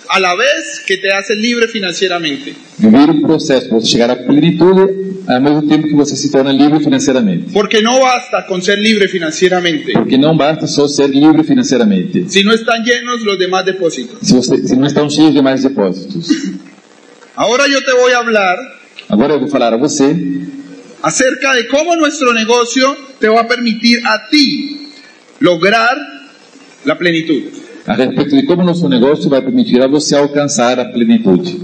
Speaker 1: a la vez que te hace libre financieramente.
Speaker 2: viver um processo para você chegar à plenitude ao mesmo tempo que você se torna livre financeiramente.
Speaker 1: Porque no basta con ser libre financieramente
Speaker 2: Porque não basta só ser livre financeiramente,
Speaker 1: si no están llenos los demás depósitos.
Speaker 2: se, você, se não estão cheios de mais depósitos.
Speaker 1: Ahora yo te voy a hablar
Speaker 2: Agora eu vou falar a você
Speaker 1: acerca de cómo nuestro negocio te va a permitir a ti lograr la plenitud.
Speaker 2: a respeito de como nosso negócio vai permitir a você alcançar a plenitude.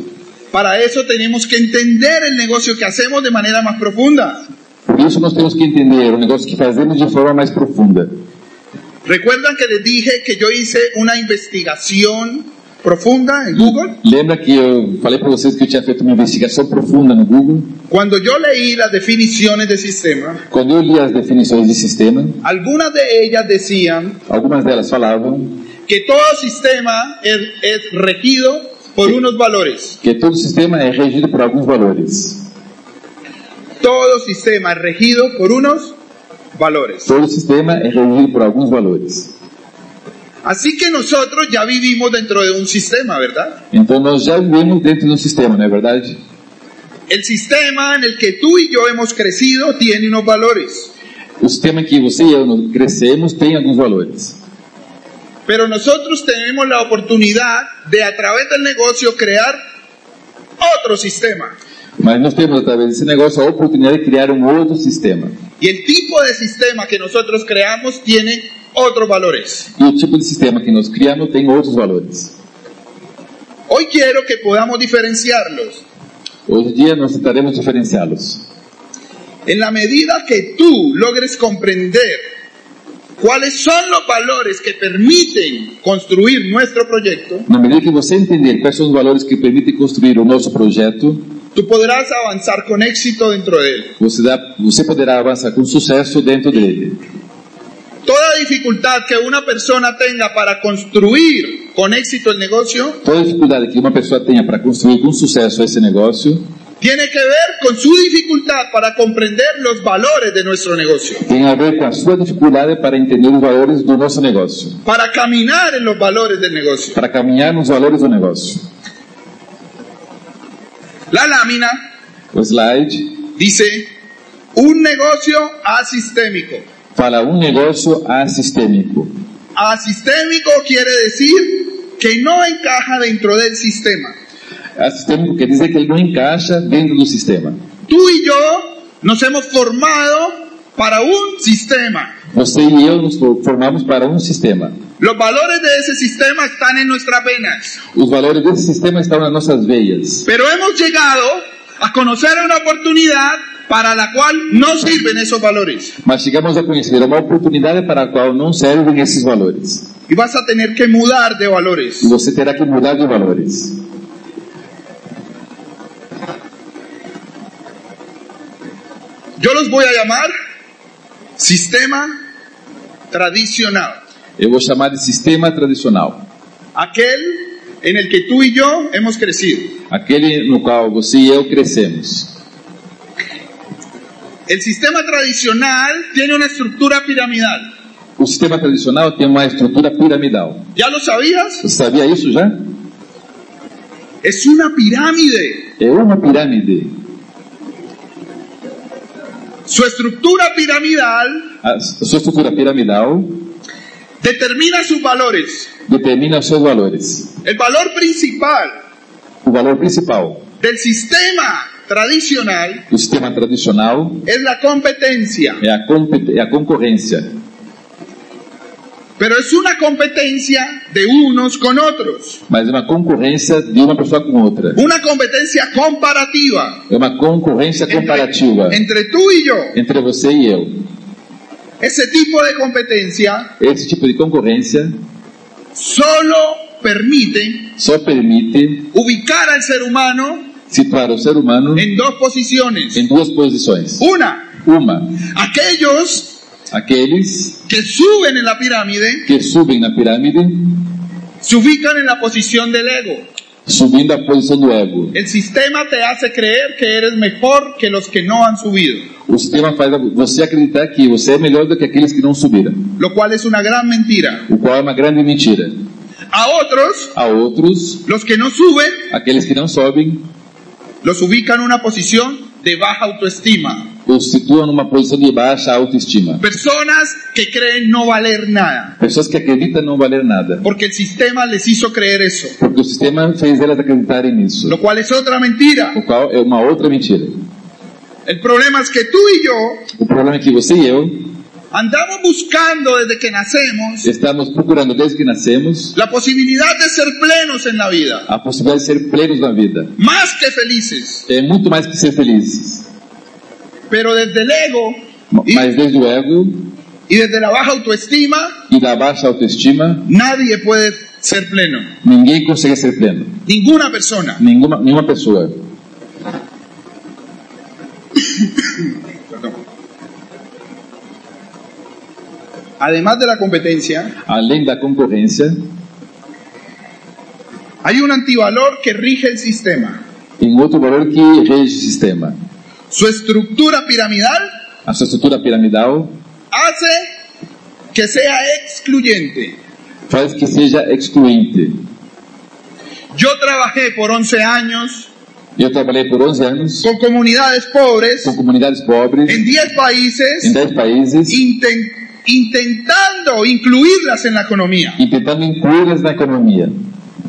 Speaker 1: Para eso tenemos que entender el negocio que hacemos de manera más profunda.
Speaker 2: Por isso nós temos que entender o negócio que fazemos de forma mais profunda.
Speaker 1: ¿Recuerdan que les dije que yo hice una investigación profunda en Google?
Speaker 2: Lembra que eu falei para vocês que eu tinha feito uma investigação profunda no Google?
Speaker 1: Cuando yo leí las definiciones de sistema,
Speaker 2: Quando eu li as definições de sistema,
Speaker 1: algunas de ellas decían
Speaker 2: algumas delas falavam
Speaker 1: que todo sistema es, es regido por unos valores.
Speaker 2: que todo sistema é regido por alguns valores.
Speaker 1: Todo sistema es regido por unos valores.
Speaker 2: Todo sistema é regido por alguns valores.
Speaker 1: Así que nosotros ya vivimos dentro de un sistema, ¿verdad?
Speaker 2: Então nós já vivemos dentro de um sistema, não é verdade?
Speaker 1: El sistema en el que tú y yo hemos crecido tiene unos valores.
Speaker 2: O sistema que você e eu nós crescemos tem alguns valores.
Speaker 1: Pero nosotros tenemos la oportunidad de a través del negocio crear otro sistema.
Speaker 2: Mas nós temos, através desse negócio, a oportunidade de criar um outro sistema.
Speaker 1: Y el tipo de sistema que nosotros creamos tiene otros valores.
Speaker 2: E o tipo de sistema que nós criamos tem outros valores.
Speaker 1: Hoy quiero que podamos diferenciarlos
Speaker 2: Hoje em dia nós tentaremos diferenciá-los.
Speaker 1: en la medida que tú logres comprender cuáles son los valores que permiten construir nuestro proyecto,
Speaker 2: Na medida que você entender quais são os valores que permitem construir o nosso projeto,
Speaker 1: tú podrás avanzar con éxito dentro de él.
Speaker 2: você, dá, você poderá avançar com sucesso dentro dele.
Speaker 1: Toda dificultad que una persona tenga para construir con éxito el negocio
Speaker 2: Toda dificuldade que uma pessoa tenha para construir com sucesso esse negócio
Speaker 1: tiene que ver con su dificultad para comprender los valores de nuestro negocio,
Speaker 2: tem a ver com a sua dificuldade para entender os valores do nosso negócio,
Speaker 1: para caminar en los valores del negocio.
Speaker 2: para caminhar nos valores do negócio.
Speaker 1: La lámina
Speaker 2: O slide
Speaker 1: dice, un negocio asistémico.
Speaker 2: fala um negócio assistêmico.
Speaker 1: Asistémico quiere decir que no encaja dentro del sistema.
Speaker 2: Assistêmico quer dizer que ele não encaixa dentro do sistema.
Speaker 1: Tú y yo nos hemos formado para un sistema.
Speaker 2: Você e eu nos for- formamos para um sistema.
Speaker 1: Los valores de ese sistema están en nuestras venas.
Speaker 2: Os valores desse sistema estão nas nossas veias.
Speaker 1: Pero hemos llegado a conocer una oportunidad para la cual no sirven esos valores.
Speaker 2: Mas chegamos a conhecer uma oportunidade para a qual não servem esses valores.
Speaker 1: Y vas a tener que mudar de valores.
Speaker 2: E você terá que mudar de valores.
Speaker 1: Yo los voy a llamar sistema tradicional.
Speaker 2: Eu vou chamar de sistema tradicional.
Speaker 1: Aquel en el que tú y yo hemos crecido.
Speaker 2: Aquele no qual você e eu crescemos.
Speaker 1: El sistema tradicional tiene una estructura piramidal.
Speaker 2: O sistema tradicional tem uma estrutura piramidal.
Speaker 1: ¿Ya lo sabías?
Speaker 2: Você sabia isso já?
Speaker 1: Es una pirámide.
Speaker 2: É uma pirâmide.
Speaker 1: Su estructura piramidal
Speaker 2: A sua estrutura piramidal
Speaker 1: determina sus valores.
Speaker 2: determina os seus valores.
Speaker 1: El valor principal
Speaker 2: O valor principal
Speaker 1: del sistema tradicional
Speaker 2: do sistema tradicional
Speaker 1: es la competencia,
Speaker 2: é a, compet- é a concorrência.
Speaker 1: pero es una competencia de unos con otros,
Speaker 2: Mas é uma concorrência de uma pessoa com outra.
Speaker 1: una competencia comparativa
Speaker 2: É uma concorrência comparativa
Speaker 1: entre, entre tú y yo.
Speaker 2: entre você e eu.
Speaker 1: Ese tipo de competencia
Speaker 2: Esse tipo de concorrência
Speaker 1: solo permite
Speaker 2: só permite
Speaker 1: ubicar al ser humano
Speaker 2: situar o ser humano
Speaker 1: en dos posiciones.
Speaker 2: em duas posições.
Speaker 1: Una,
Speaker 2: Uma,
Speaker 1: aquellos
Speaker 2: aqueles
Speaker 1: que suben en la pirámide
Speaker 2: que subem na pirâmide
Speaker 1: Se ubican en la posición del ego.
Speaker 2: subindo à posição do ego.
Speaker 1: El sistema te hace creer que eres mejor que los que no han subido,
Speaker 2: O sistema faz você acreditar que você é melhor do que aqueles que não subiram,
Speaker 1: lo cual es una gran mentira.
Speaker 2: o qual é uma grande mentira.
Speaker 1: A otros,
Speaker 2: A outros,
Speaker 1: los que no suben,
Speaker 2: aqueles que não sobem,
Speaker 1: los ubican en una posición de baja autoestima.
Speaker 2: os situam numa posição de baixa autoestima.
Speaker 1: Personas que creen no valer nada,
Speaker 2: Pessoas que acreditam não valer nada,
Speaker 1: porque el sistema les hizo creer eso,
Speaker 2: porque o sistema fez elas acreditarem nisso,
Speaker 1: lo cual es otra mentira.
Speaker 2: o qual é uma outra mentira.
Speaker 1: El problema es que tú y yo
Speaker 2: O problema é que você e eu
Speaker 1: andamos buscando desde que nacemos
Speaker 2: estamos procurando desde que nascemos
Speaker 1: la posibilidad de ser plenos en la vida,
Speaker 2: a possibilidade de ser plenos na vida.
Speaker 1: más que felices,
Speaker 2: É muito mais que ser felizes,
Speaker 1: pero desde el ego
Speaker 2: Ma-
Speaker 1: y-
Speaker 2: mas desde o ego
Speaker 1: y desde la baja autoestima
Speaker 2: e da baixa autoestima
Speaker 1: Nadie puede ser pleno,
Speaker 2: Ninguém consegue ser pleno.
Speaker 1: ninguna persona.
Speaker 2: Nenhuma, nenhuma pessoa.
Speaker 1: Además de la competencia,
Speaker 2: Além da concorrência,
Speaker 1: hay un antivalor que rige el sistema.
Speaker 2: tem um outro valor que rege o sistema.
Speaker 1: Su estructura piramidal
Speaker 2: A sua estrutura piramidal
Speaker 1: hace que sea excluyente.
Speaker 2: faz que seja excluinte.
Speaker 1: Yo trabajé por 11 años
Speaker 2: Eu trabalhei por 11 anos
Speaker 1: con comunidades pobres
Speaker 2: com comunidades pobres
Speaker 1: en 10
Speaker 2: em
Speaker 1: países
Speaker 2: 10 países,
Speaker 1: inten- intentando incluirlas en la economía.
Speaker 2: e tentando incluí-las na economia.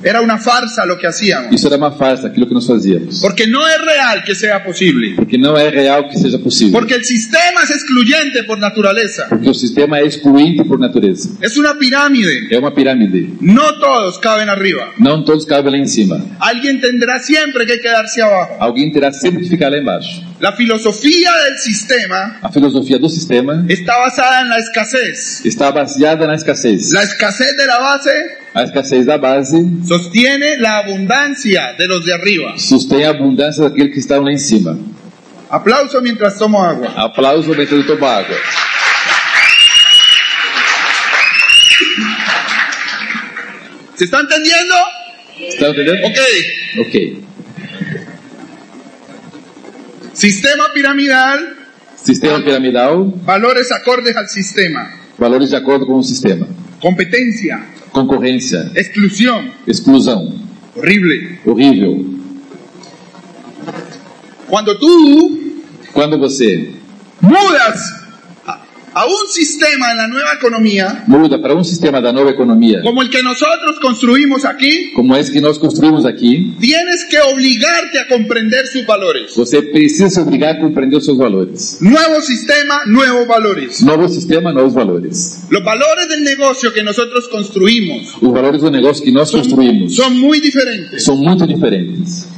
Speaker 1: Era una farsa lo que hacíamos,
Speaker 2: Isso era uma farsa, aquilo que nós fazíamos.
Speaker 1: porque no es real que sea posible,
Speaker 2: Porque não é real que seja possível.
Speaker 1: porque el sistema es excluyente por naturaleza.
Speaker 2: Porque o sistema é excluinte por natureza.
Speaker 1: Es una pirámide.
Speaker 2: É uma pirâmide.
Speaker 1: No todos caben arriba.
Speaker 2: Não todos cabem lá em cima.
Speaker 1: Alguien tendrá siempre que quedarse abajo.
Speaker 2: Alguém terá sempre que ficar lá embaixo.
Speaker 1: La filosofía del sistema
Speaker 2: A filosofia do sistema
Speaker 1: está basada en la escasez.
Speaker 2: está baseada na escassez.
Speaker 1: La escasez de la base
Speaker 2: A escassez da base
Speaker 1: sostiene la abundancia de los de arriba.
Speaker 2: sustém a abundância daqueles que estão lá em cima.
Speaker 1: Aplauso mientras tomo agua.
Speaker 2: Aplauso dentro do tobago.
Speaker 1: ¿Se está entendiendo?
Speaker 2: Está entendendo?
Speaker 1: Ok.
Speaker 2: Ok.
Speaker 1: Sistema piramidal,
Speaker 2: Sistema piramidal,
Speaker 1: valores acordes al sistema.
Speaker 2: valores de acordo com o sistema.
Speaker 1: Competencia,
Speaker 2: Concorrência,
Speaker 1: exclusión.
Speaker 2: exclusão,
Speaker 1: Horrible.
Speaker 2: horrível.
Speaker 1: Cuando tú
Speaker 2: Quando você
Speaker 1: mudas a- a un sistema en la nueva economía,
Speaker 2: muda para um sistema da nova economia,
Speaker 1: como el que nosotros construimos aquí,
Speaker 2: como esse que nós construímos aqui,
Speaker 1: tienes que obligarte a comprender sus valores.
Speaker 2: você precisa se obrigar a compreender os seus valores.
Speaker 1: Nuevo sistema, nuevos valores.
Speaker 2: Novo sistema, novos valores.
Speaker 1: Los valores del negocio que nosotros construimos
Speaker 2: Os valores do negócio que nós construímos
Speaker 1: son muy diferentes.
Speaker 2: são muito diferentes.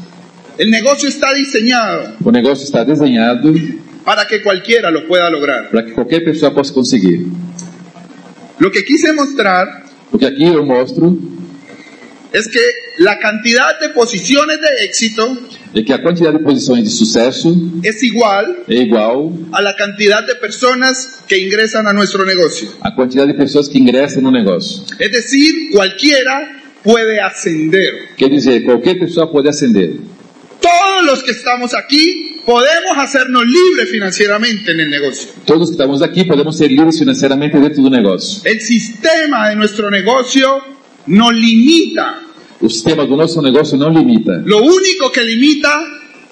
Speaker 1: El negocio está diseñado
Speaker 2: O negócio está desenhado
Speaker 1: para que cualquiera lo pueda lograr.
Speaker 2: para que qualquer pessoa possa conseguir.
Speaker 1: Lo que quise mostrar
Speaker 2: Porque aqui eu mostro
Speaker 1: es que la cantidad de posiciones de éxito
Speaker 2: é que a quantidade de posições de sucesso
Speaker 1: es igual
Speaker 2: é igual
Speaker 1: a la cantidad de personas que ingresan a nuestro negocio.
Speaker 2: à quantidade de pessoas que ingressam no negócio.
Speaker 1: Es decir, cualquiera puede ascender.
Speaker 2: Quer dizer, qualquer pessoa pode ascender.
Speaker 1: Todos los que estamos aquí podemos hacernos libres financieramente en el negocio.
Speaker 2: Todos que estamos aqui podemos ser livres financeiramente dentro do negócio.
Speaker 1: El sistema de nuestro negocio nos limita.
Speaker 2: O sistema do nosso negócio não limita.
Speaker 1: Lo único que limita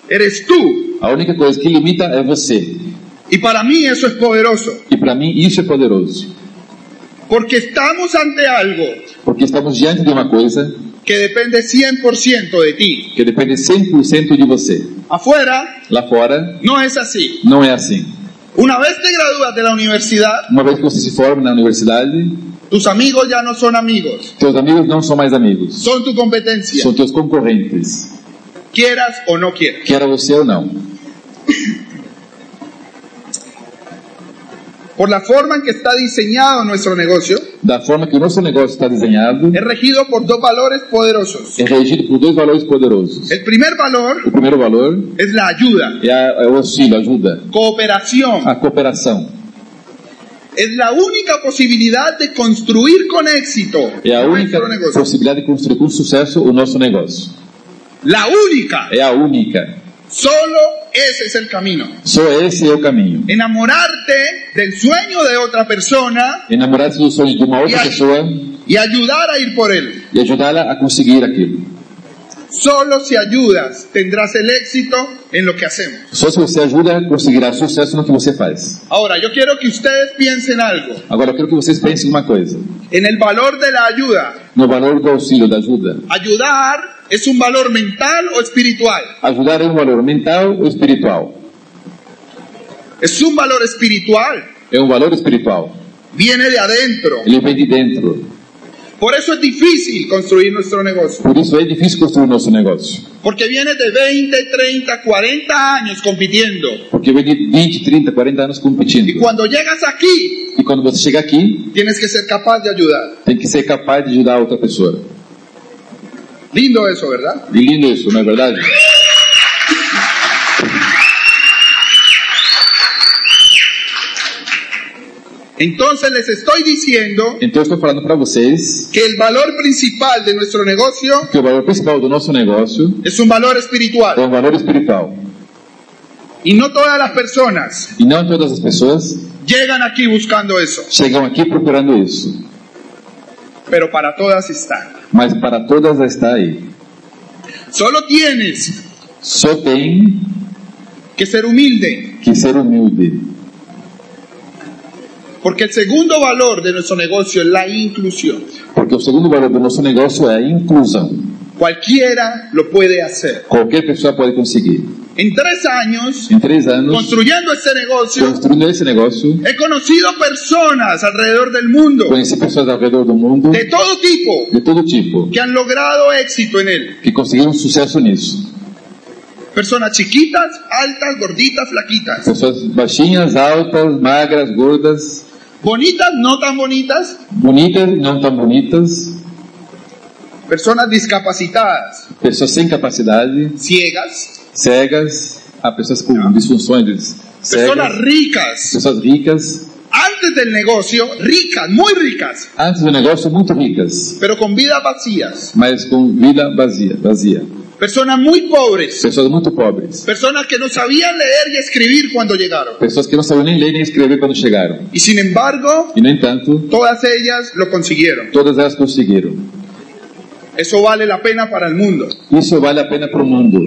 Speaker 1: eres tú.
Speaker 2: A única coisa que limita é você.
Speaker 1: Y para mí eso es poderoso,
Speaker 2: E para mim isso é poderoso.
Speaker 1: porque estamos ante algo
Speaker 2: Porque estamos diante de uma coisa
Speaker 1: que depende 100% de ti.
Speaker 2: que depende 100% de você.
Speaker 1: Afuera
Speaker 2: Lá fora,
Speaker 1: no es así.
Speaker 2: não é assim.
Speaker 1: Una vez te gradúas de la universidad,
Speaker 2: Uma vez que você se forma na universidade,
Speaker 1: tus amigos ya no son amigos,
Speaker 2: teus amigos não são mais amigos.
Speaker 1: son tu competencia,
Speaker 2: São teus concorrentes.
Speaker 1: quieras o no quieras.
Speaker 2: Quer você ou não.
Speaker 1: Por la forma en que está diseñado nuestro negocio,
Speaker 2: Da forma que o nosso negócio está desenhado,
Speaker 1: es regido por dos valores poderosos.
Speaker 2: é regido por dois valores poderosos.
Speaker 1: El primer valor
Speaker 2: O primeiro valor
Speaker 1: es la ayuda,
Speaker 2: é, a, é o auxílio, a ajuda,
Speaker 1: cooperación.
Speaker 2: a cooperação.
Speaker 1: es la única posibilidad de construir con éxito
Speaker 2: É a única
Speaker 1: nuestro negocio.
Speaker 2: possibilidade de construir com sucesso o nosso negócio.
Speaker 1: La única.
Speaker 2: É a única.
Speaker 1: Solo ese es el camino.
Speaker 2: Só esse é o caminho.
Speaker 1: Enamorarte del sueño de otra persona
Speaker 2: Enamorar-se do sonho de uma outra pessoa
Speaker 1: y ayudar a ir por él.
Speaker 2: e ajudá-la a conseguir aquilo.
Speaker 1: Solo si ayudas tendrás el éxito en lo que hacemos.
Speaker 2: Só se você ajuda, conseguirá sucesso no que você faz.
Speaker 1: Ahora, yo quiero que ustedes piensen algo,
Speaker 2: Agora, eu quero que vocês pensem uma coisa.
Speaker 1: en el valor de la ayuda.
Speaker 2: No valor do auxílio, da ajuda.
Speaker 1: ¿Ayudar es un valor mental o espiritual?
Speaker 2: Ajudar é um valor mental ou espiritual?
Speaker 1: Es un valor espiritual,
Speaker 2: É um valor espiritual.
Speaker 1: viene de adentro.
Speaker 2: Ele vem de dentro.
Speaker 1: Por eso es difícil construir nuestro negocio,
Speaker 2: Por isso é difícil construir nosso negócio.
Speaker 1: porque viene de 20, 30, 40 años compitiendo.
Speaker 2: Porque vem de 20, 30, 40 anos
Speaker 1: Y
Speaker 2: competindo.
Speaker 1: cuando llegas aquí,
Speaker 2: E quando você chega aqui,
Speaker 1: tienes que ser capaz de ayudar.
Speaker 2: tem que ser capaz de ajudar a outra pessoa.
Speaker 1: Lindo eso, ¿verdad?
Speaker 2: E lindo isso, não é verdade?
Speaker 1: Entonces les estoy diciendo
Speaker 2: Então eu estou falando para vocês
Speaker 1: que el valor principal de nuestro negocio
Speaker 2: que o valor principal do nosso negócio
Speaker 1: es un valor
Speaker 2: é
Speaker 1: espiritual.
Speaker 2: um valor espiritual.
Speaker 1: Y no todas las personas
Speaker 2: E não todas as pessoas
Speaker 1: llegan aquí buscando eso,
Speaker 2: chegam aqui procurando isso.
Speaker 1: pero para todas está.
Speaker 2: Mas para todas está aí.
Speaker 1: Solo tienes
Speaker 2: Só tem
Speaker 1: que ser humilde,
Speaker 2: que ser humilde.
Speaker 1: porque el segundo valor de nuestro negocio es la inclusión.
Speaker 2: Porque o segundo valor do nosso negócio é a inclusão.
Speaker 1: Cualquiera lo puede hacer.
Speaker 2: Qualquer pessoa pode conseguir.
Speaker 1: En tres años,
Speaker 2: Em três anos,
Speaker 1: construyendo este negocio,
Speaker 2: construindo esse negócio,
Speaker 1: he conocido personas alrededor del mundo,
Speaker 2: conheci pessoas ao redor do mundo
Speaker 1: de todo tipo,
Speaker 2: de todo tipo
Speaker 1: que han logrado éxito en él.
Speaker 2: que conseguiram sucesso nisso.
Speaker 1: Personas chiquitas, altas, gorditas, flaquitas.
Speaker 2: Pessoas baixinhas, altas, magras, gordas,
Speaker 1: Bonitas, no tan bonitas.
Speaker 2: bonitas, não tão bonitas,
Speaker 1: Personas discapacitadas,
Speaker 2: pessoas sem capacidade,
Speaker 1: ciegas.
Speaker 2: cegas, há pessoas com disfunções
Speaker 1: Personas
Speaker 2: cegas,
Speaker 1: ricas.
Speaker 2: pessoas ricas,
Speaker 1: Antes del negocio, ricas, muy ricas,
Speaker 2: antes do negócio muito ricas,
Speaker 1: pero con vidas vacías.
Speaker 2: mas com vida vazia, vazia.
Speaker 1: Personas muy pobres.
Speaker 2: Pessoas muito pobres,
Speaker 1: Personas que no sabían leer y escribir cuando llegaron.
Speaker 2: pessoas que não sabiam nem ler nem escrever quando chegaram.
Speaker 1: Y sin embargo,
Speaker 2: E no entanto,
Speaker 1: todas ellas lo consiguieron.
Speaker 2: todas elas conseguiram.
Speaker 1: Eso vale la pena para el mundo.
Speaker 2: Isso vale a pena para o mundo.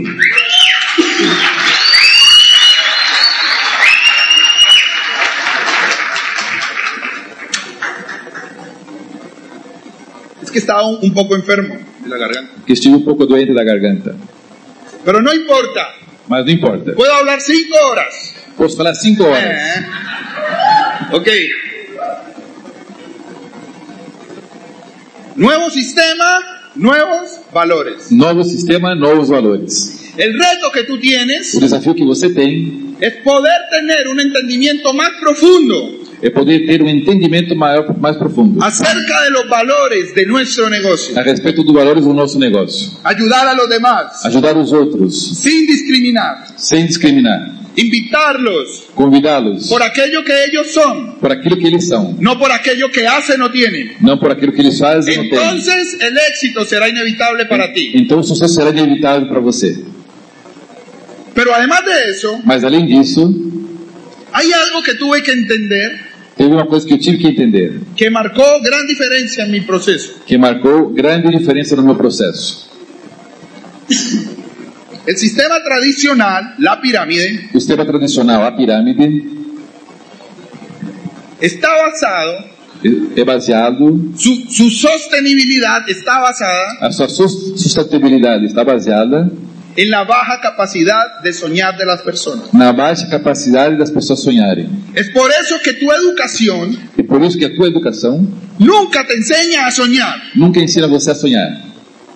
Speaker 1: Es que estaba un, un poco enfermo de la garganta.
Speaker 2: Que estive um pouco doente da garganta,
Speaker 1: Pero no importa.
Speaker 2: mas não importa.
Speaker 1: Puedo hablar cinco horas.
Speaker 2: Posso falar cinco horas.
Speaker 1: Eh. Ok. Nuevo sistema, nuevos valores.
Speaker 2: Novo sistema, novos valores.
Speaker 1: El reto que tú tienes
Speaker 2: O desafio que você tem
Speaker 1: es poder tener un entendimiento más profundo
Speaker 2: é poder ter um entendimento maior, mais profundo
Speaker 1: acerca de los valores de nuestro negocio.
Speaker 2: a respeito dos valores do nosso negócio.
Speaker 1: Ayudar a los demás
Speaker 2: Ajudar os outros,
Speaker 1: sin discriminar.
Speaker 2: sem discriminar.
Speaker 1: Invitarlos
Speaker 2: Convidá-los
Speaker 1: por aquello que ellos son,
Speaker 2: por aquilo que eles são,
Speaker 1: no por aquello que hacen o tienen.
Speaker 2: não por aquilo que eles fazem ou têm.
Speaker 1: Entonces el éxito será inevitable para ti.
Speaker 2: Então o sucesso será inevitável para você.
Speaker 1: Pero además de eso,
Speaker 2: Mas além disso,
Speaker 1: hay algo que tuve que entender
Speaker 2: teve uma coisa que eu tive que entender,
Speaker 1: que marcó gran diferencia en mi proceso.
Speaker 2: que marcou grande diferença no meu processo.
Speaker 1: El sistema tradicional, la pirámide,
Speaker 2: O sistema tradicional, a pirâmide,
Speaker 1: está basado
Speaker 2: é baseado
Speaker 1: Su, su sostenibilidad está basada
Speaker 2: A sua sus- sustentabilidade está baseada
Speaker 1: en la baja capacidad de soñar de las personas.
Speaker 2: na baixa capacidade das pessoas sonharem.
Speaker 1: Es por eso que tu educación
Speaker 2: E por isso que a tua educação
Speaker 1: nunca te enseña a soñar.
Speaker 2: nunca ensina você a sonhar.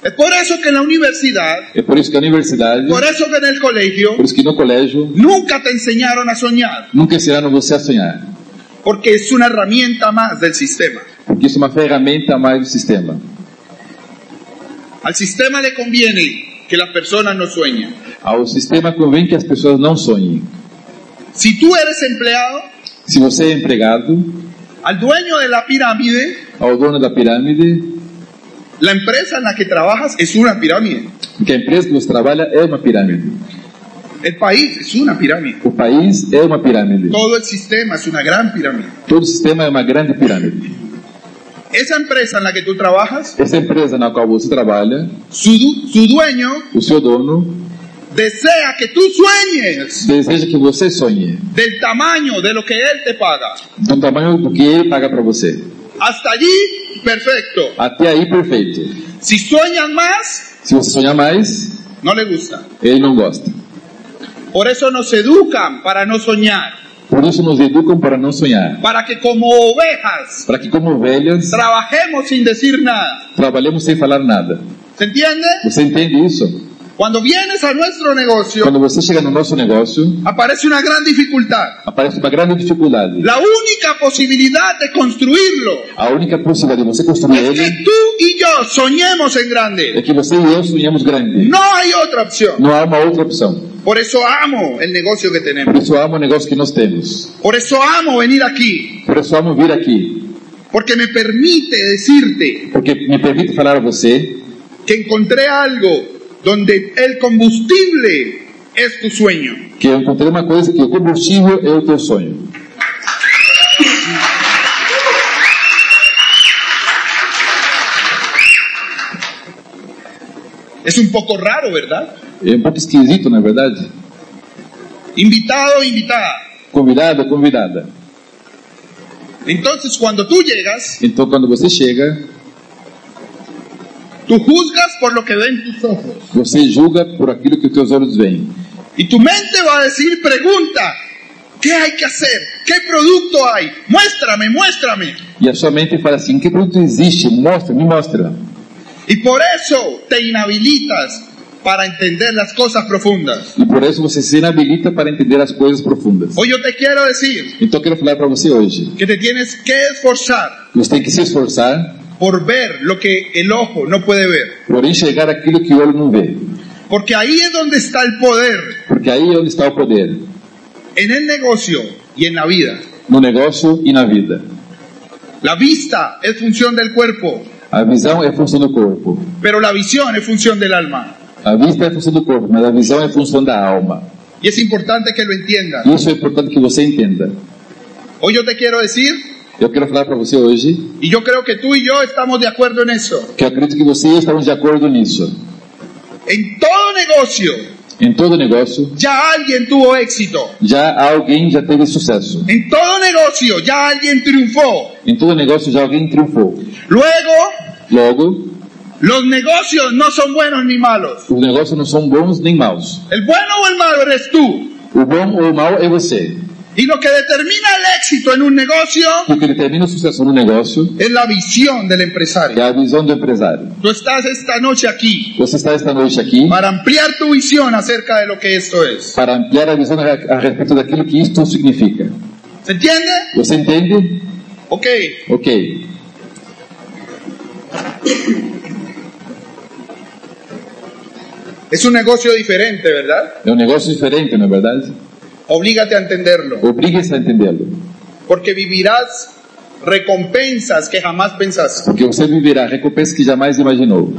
Speaker 1: Es por eso que en la universidad,
Speaker 2: É por isso que a universidade,
Speaker 1: por eso que en el colegio,
Speaker 2: por isso que no colégio,
Speaker 1: nunca te enseñaron a soñar.
Speaker 2: nunca ensinaram você a sonhar.
Speaker 1: Porque es una herramienta más del sistema.
Speaker 2: Porque isso é uma ferramenta a mais do sistema.
Speaker 1: Al sistema le conviene que las personas no sueñen.
Speaker 2: Ao sistema convém que as pessoas não sonhem.
Speaker 1: Si tú eres empleado,
Speaker 2: Se você é empregado,
Speaker 1: al dueño de la pirámide,
Speaker 2: ao dono da pirâmide,
Speaker 1: la empresa en la que trabajas es una pirámide.
Speaker 2: que a empresa que você trabalha é uma pirâmide.
Speaker 1: El país es una pirámide.
Speaker 2: O país é uma pirâmide.
Speaker 1: Todo el sistema es una gran pirámide.
Speaker 2: Todo o sistema é uma grande pirâmide.
Speaker 1: Esa empresa en la que tú trabajas,
Speaker 2: Essa empresa na qual você trabalha,
Speaker 1: su, du- su dueño
Speaker 2: o seu dono
Speaker 1: desea que tú sueñes
Speaker 2: deseja que você sonhe
Speaker 1: del tamaño de lo que él te paga.
Speaker 2: do tamanho do que ele paga para você.
Speaker 1: Hasta allí, perfecto.
Speaker 2: Até aí, perfeito.
Speaker 1: Si sueñas más,
Speaker 2: Se você sonhar mais,
Speaker 1: no le gusta.
Speaker 2: ele não gosta.
Speaker 1: Por eso nos educan para no soñar,
Speaker 2: Por isso, nos educam para não sonhar,
Speaker 1: para que como ovejas
Speaker 2: para que, como ovelhas,
Speaker 1: trabajemos sin decir nada.
Speaker 2: trabalhemos sem falar nada.
Speaker 1: ¿Se entiende?
Speaker 2: Você entende isso?
Speaker 1: Cuando vienes a nuestro negocio,
Speaker 2: Quando você chega no nosso negócio,
Speaker 1: aparece una gran dificultad.
Speaker 2: aparece uma grande dificuldade.
Speaker 1: La única posibilidad de construirlo
Speaker 2: A única possibilidade de você construir
Speaker 1: es que
Speaker 2: ele
Speaker 1: tú y yo soñemos en
Speaker 2: é
Speaker 1: grande.
Speaker 2: que você e eu sonhamos grande.
Speaker 1: No hay otra opción.
Speaker 2: Não há uma outra opção.
Speaker 1: Por eso amo el negocio que
Speaker 2: Por
Speaker 1: tenemos.
Speaker 2: isso, amo o negócio que nós temos.
Speaker 1: Por eso amo venir aquí.
Speaker 2: Por isso, amo vir aqui.
Speaker 1: Porque me permite decirte
Speaker 2: Porque me permite falar a você
Speaker 1: que encontré algo donde el combustible es tu sueño.
Speaker 2: que eu encontrei uma coisa que o combustível é o teu sonho.
Speaker 1: Es un poco raro, ¿verdad?
Speaker 2: É um pouco esquisito, na é verdade?
Speaker 1: Invitado, invitada.
Speaker 2: Convidado, convidada.
Speaker 1: Entonces, cuando tú llegas,
Speaker 2: Então, quando você chega,
Speaker 1: tú juzgas por lo que ven tus ojos.
Speaker 2: você julga por aquilo que os teus olhos veem.
Speaker 1: Y tu mente va a decir, pregunta, ¿qué hay que hacer? ¿Qué producto hay? Muéstrame, muéstrame.
Speaker 2: E a sua mente fala assim: que produto existe? Mostra, me mostra.
Speaker 1: Y por eso te inhabilitas para entender las cosas profundas.
Speaker 2: E por isso você se inabilita para entender as coisas profundas.
Speaker 1: Hoy yo te quiero decir
Speaker 2: Então eu quero falar para você hoje.
Speaker 1: que te tienes que esforzar
Speaker 2: Você tem que se esforçar
Speaker 1: por ver lo que el ojo no puede ver.
Speaker 2: por enxergar aquilo que o olho não vê.
Speaker 1: Porque ahí es donde está el poder
Speaker 2: Porque aí é onde está o poder.
Speaker 1: en el negocio y en la vida.
Speaker 2: No negócio e na vida.
Speaker 1: La vista es función del cuerpo,
Speaker 2: A visão é função do corpo.
Speaker 1: pero la visión es función del alma.
Speaker 2: A vista é função do corpo, mas a visão é função da alma.
Speaker 1: Y es importante que lo entiendas.
Speaker 2: Isso é importante que você entenda.
Speaker 1: Hoy yo te quiero decir,
Speaker 2: Eu quero falar para você hoje
Speaker 1: y yo creo que tú y yo estamos de acuerdo en eso,
Speaker 2: que eu acredito que vocês estão de acordo nisso.
Speaker 1: en todo negocio
Speaker 2: Em todo negócio,
Speaker 1: ya alguien tuvo éxito.
Speaker 2: já alguém já teve sucesso.
Speaker 1: En todo negocio ya alguien triunfó.
Speaker 2: Em todo negócio, já alguém triunfou.
Speaker 1: Luego,
Speaker 2: Logo,
Speaker 1: los negocios no son buenos ni malos.
Speaker 2: os negócios não são bons nem maus.
Speaker 1: El bueno o el malo eres tú.
Speaker 2: O bom ou o mal é você.
Speaker 1: Y lo que determina el éxito en un negocio
Speaker 2: O que determina o sucesso no negócio
Speaker 1: es la visión del
Speaker 2: é
Speaker 1: empresario.
Speaker 2: a visão do empresário.
Speaker 1: Tú estás esta noche aquí
Speaker 2: Você está esta noite aqui
Speaker 1: para ampliar tu visión acerca de lo que esto es.
Speaker 2: para ampliar a visão a a respeito daquilo que isto significa.
Speaker 1: ¿Se entiende?
Speaker 2: Você entende?
Speaker 1: Ok.
Speaker 2: Ok.
Speaker 1: Es un negocio diferente, ¿verdad?
Speaker 2: É um negócio diferente, não é verdade?
Speaker 1: Oblígate a entenderlo,
Speaker 2: Obrigue-se a entendê-lo.
Speaker 1: porque vivirás recompensas que jamás pensaste.
Speaker 2: Porque você viverá recompensas que jamais imaginou.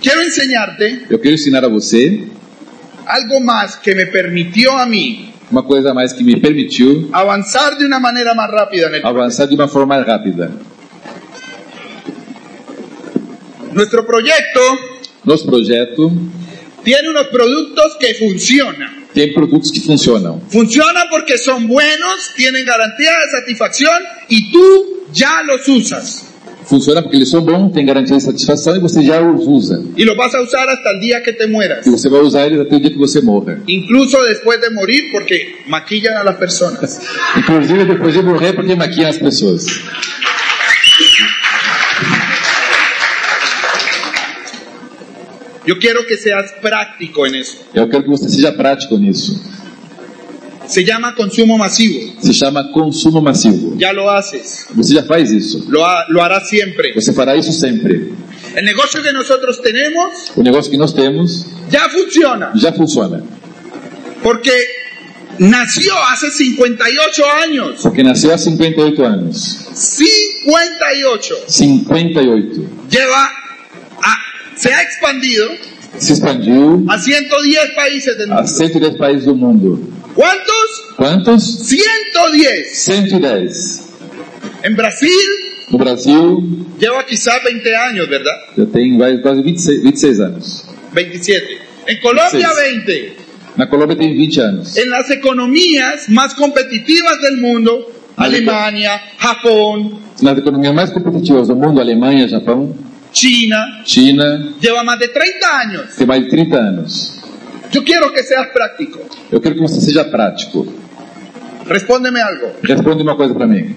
Speaker 1: Quiero enseñarte
Speaker 2: Eu quero ensinar a você
Speaker 1: algo más que me permitió a mí
Speaker 2: uma coisa a mais que me permitiu
Speaker 1: avanzar de una manera más rápida en el
Speaker 2: avançar de uma forma rápida.
Speaker 1: Nuestro proyecto
Speaker 2: Nosso projeto
Speaker 1: tiene unos productos que funcionan.
Speaker 2: tem produtos que funcionam.
Speaker 1: Funcionan porque son buenos, tienen garantía de satisfacción y tú ya los usas.
Speaker 2: Funciona porque eles são bons, tem garantia de satisfação e você já os usa.
Speaker 1: Y los vas a usar hasta el día que te mueras.
Speaker 2: E você vai usar eles até o dia que você morra.
Speaker 1: Incluso después de morir porque maquillan a las personas.
Speaker 2: Inclusive depois de morrer, porque maquia as pessoas.
Speaker 1: Yo quiero que seas práctico en eso.
Speaker 2: Eu quero que você seja prático nisso.
Speaker 1: Se llama consumo masivo.
Speaker 2: Se chama consumo massivo.
Speaker 1: Ya lo haces.
Speaker 2: Você já faz isso.
Speaker 1: Lo, ha- lo harás siempre.
Speaker 2: Você fará isso sempre.
Speaker 1: El negocio que nosotros tenemos
Speaker 2: O negócio que nós temos
Speaker 1: ya funciona.
Speaker 2: já funciona.
Speaker 1: Porque nació hace 58 años.
Speaker 2: porque nasceu há 58 anos.
Speaker 1: 58.
Speaker 2: 58.
Speaker 1: Lleva a, se ha expandido
Speaker 2: Se expandiu
Speaker 1: a 110 países del
Speaker 2: a
Speaker 1: mundo.
Speaker 2: 110 países do mundo.
Speaker 1: ¿Cuántos?
Speaker 2: Quantos?
Speaker 1: 110.
Speaker 2: 110.
Speaker 1: En Brasil
Speaker 2: No Brasil
Speaker 1: lleva quizás 20 años, ¿verdad?
Speaker 2: já tem vai- quase 26, 26 anos.
Speaker 1: 27. En Colombia
Speaker 2: Sí.
Speaker 1: 20.
Speaker 2: Na Colômbia tem 20 anos.
Speaker 1: En las economías más competitivas del mundo, Alemania, Japón,
Speaker 2: Nas economias mais competitivas do mundo, Alemanha, Japão,
Speaker 1: China,
Speaker 2: China,
Speaker 1: lleva más de 30 años.
Speaker 2: tem mais de 30 anos.
Speaker 1: Yo quiero que seas práctico.
Speaker 2: Eu quero que você seja prático.
Speaker 1: Respóndeme algo.
Speaker 2: Responde uma coisa para mí.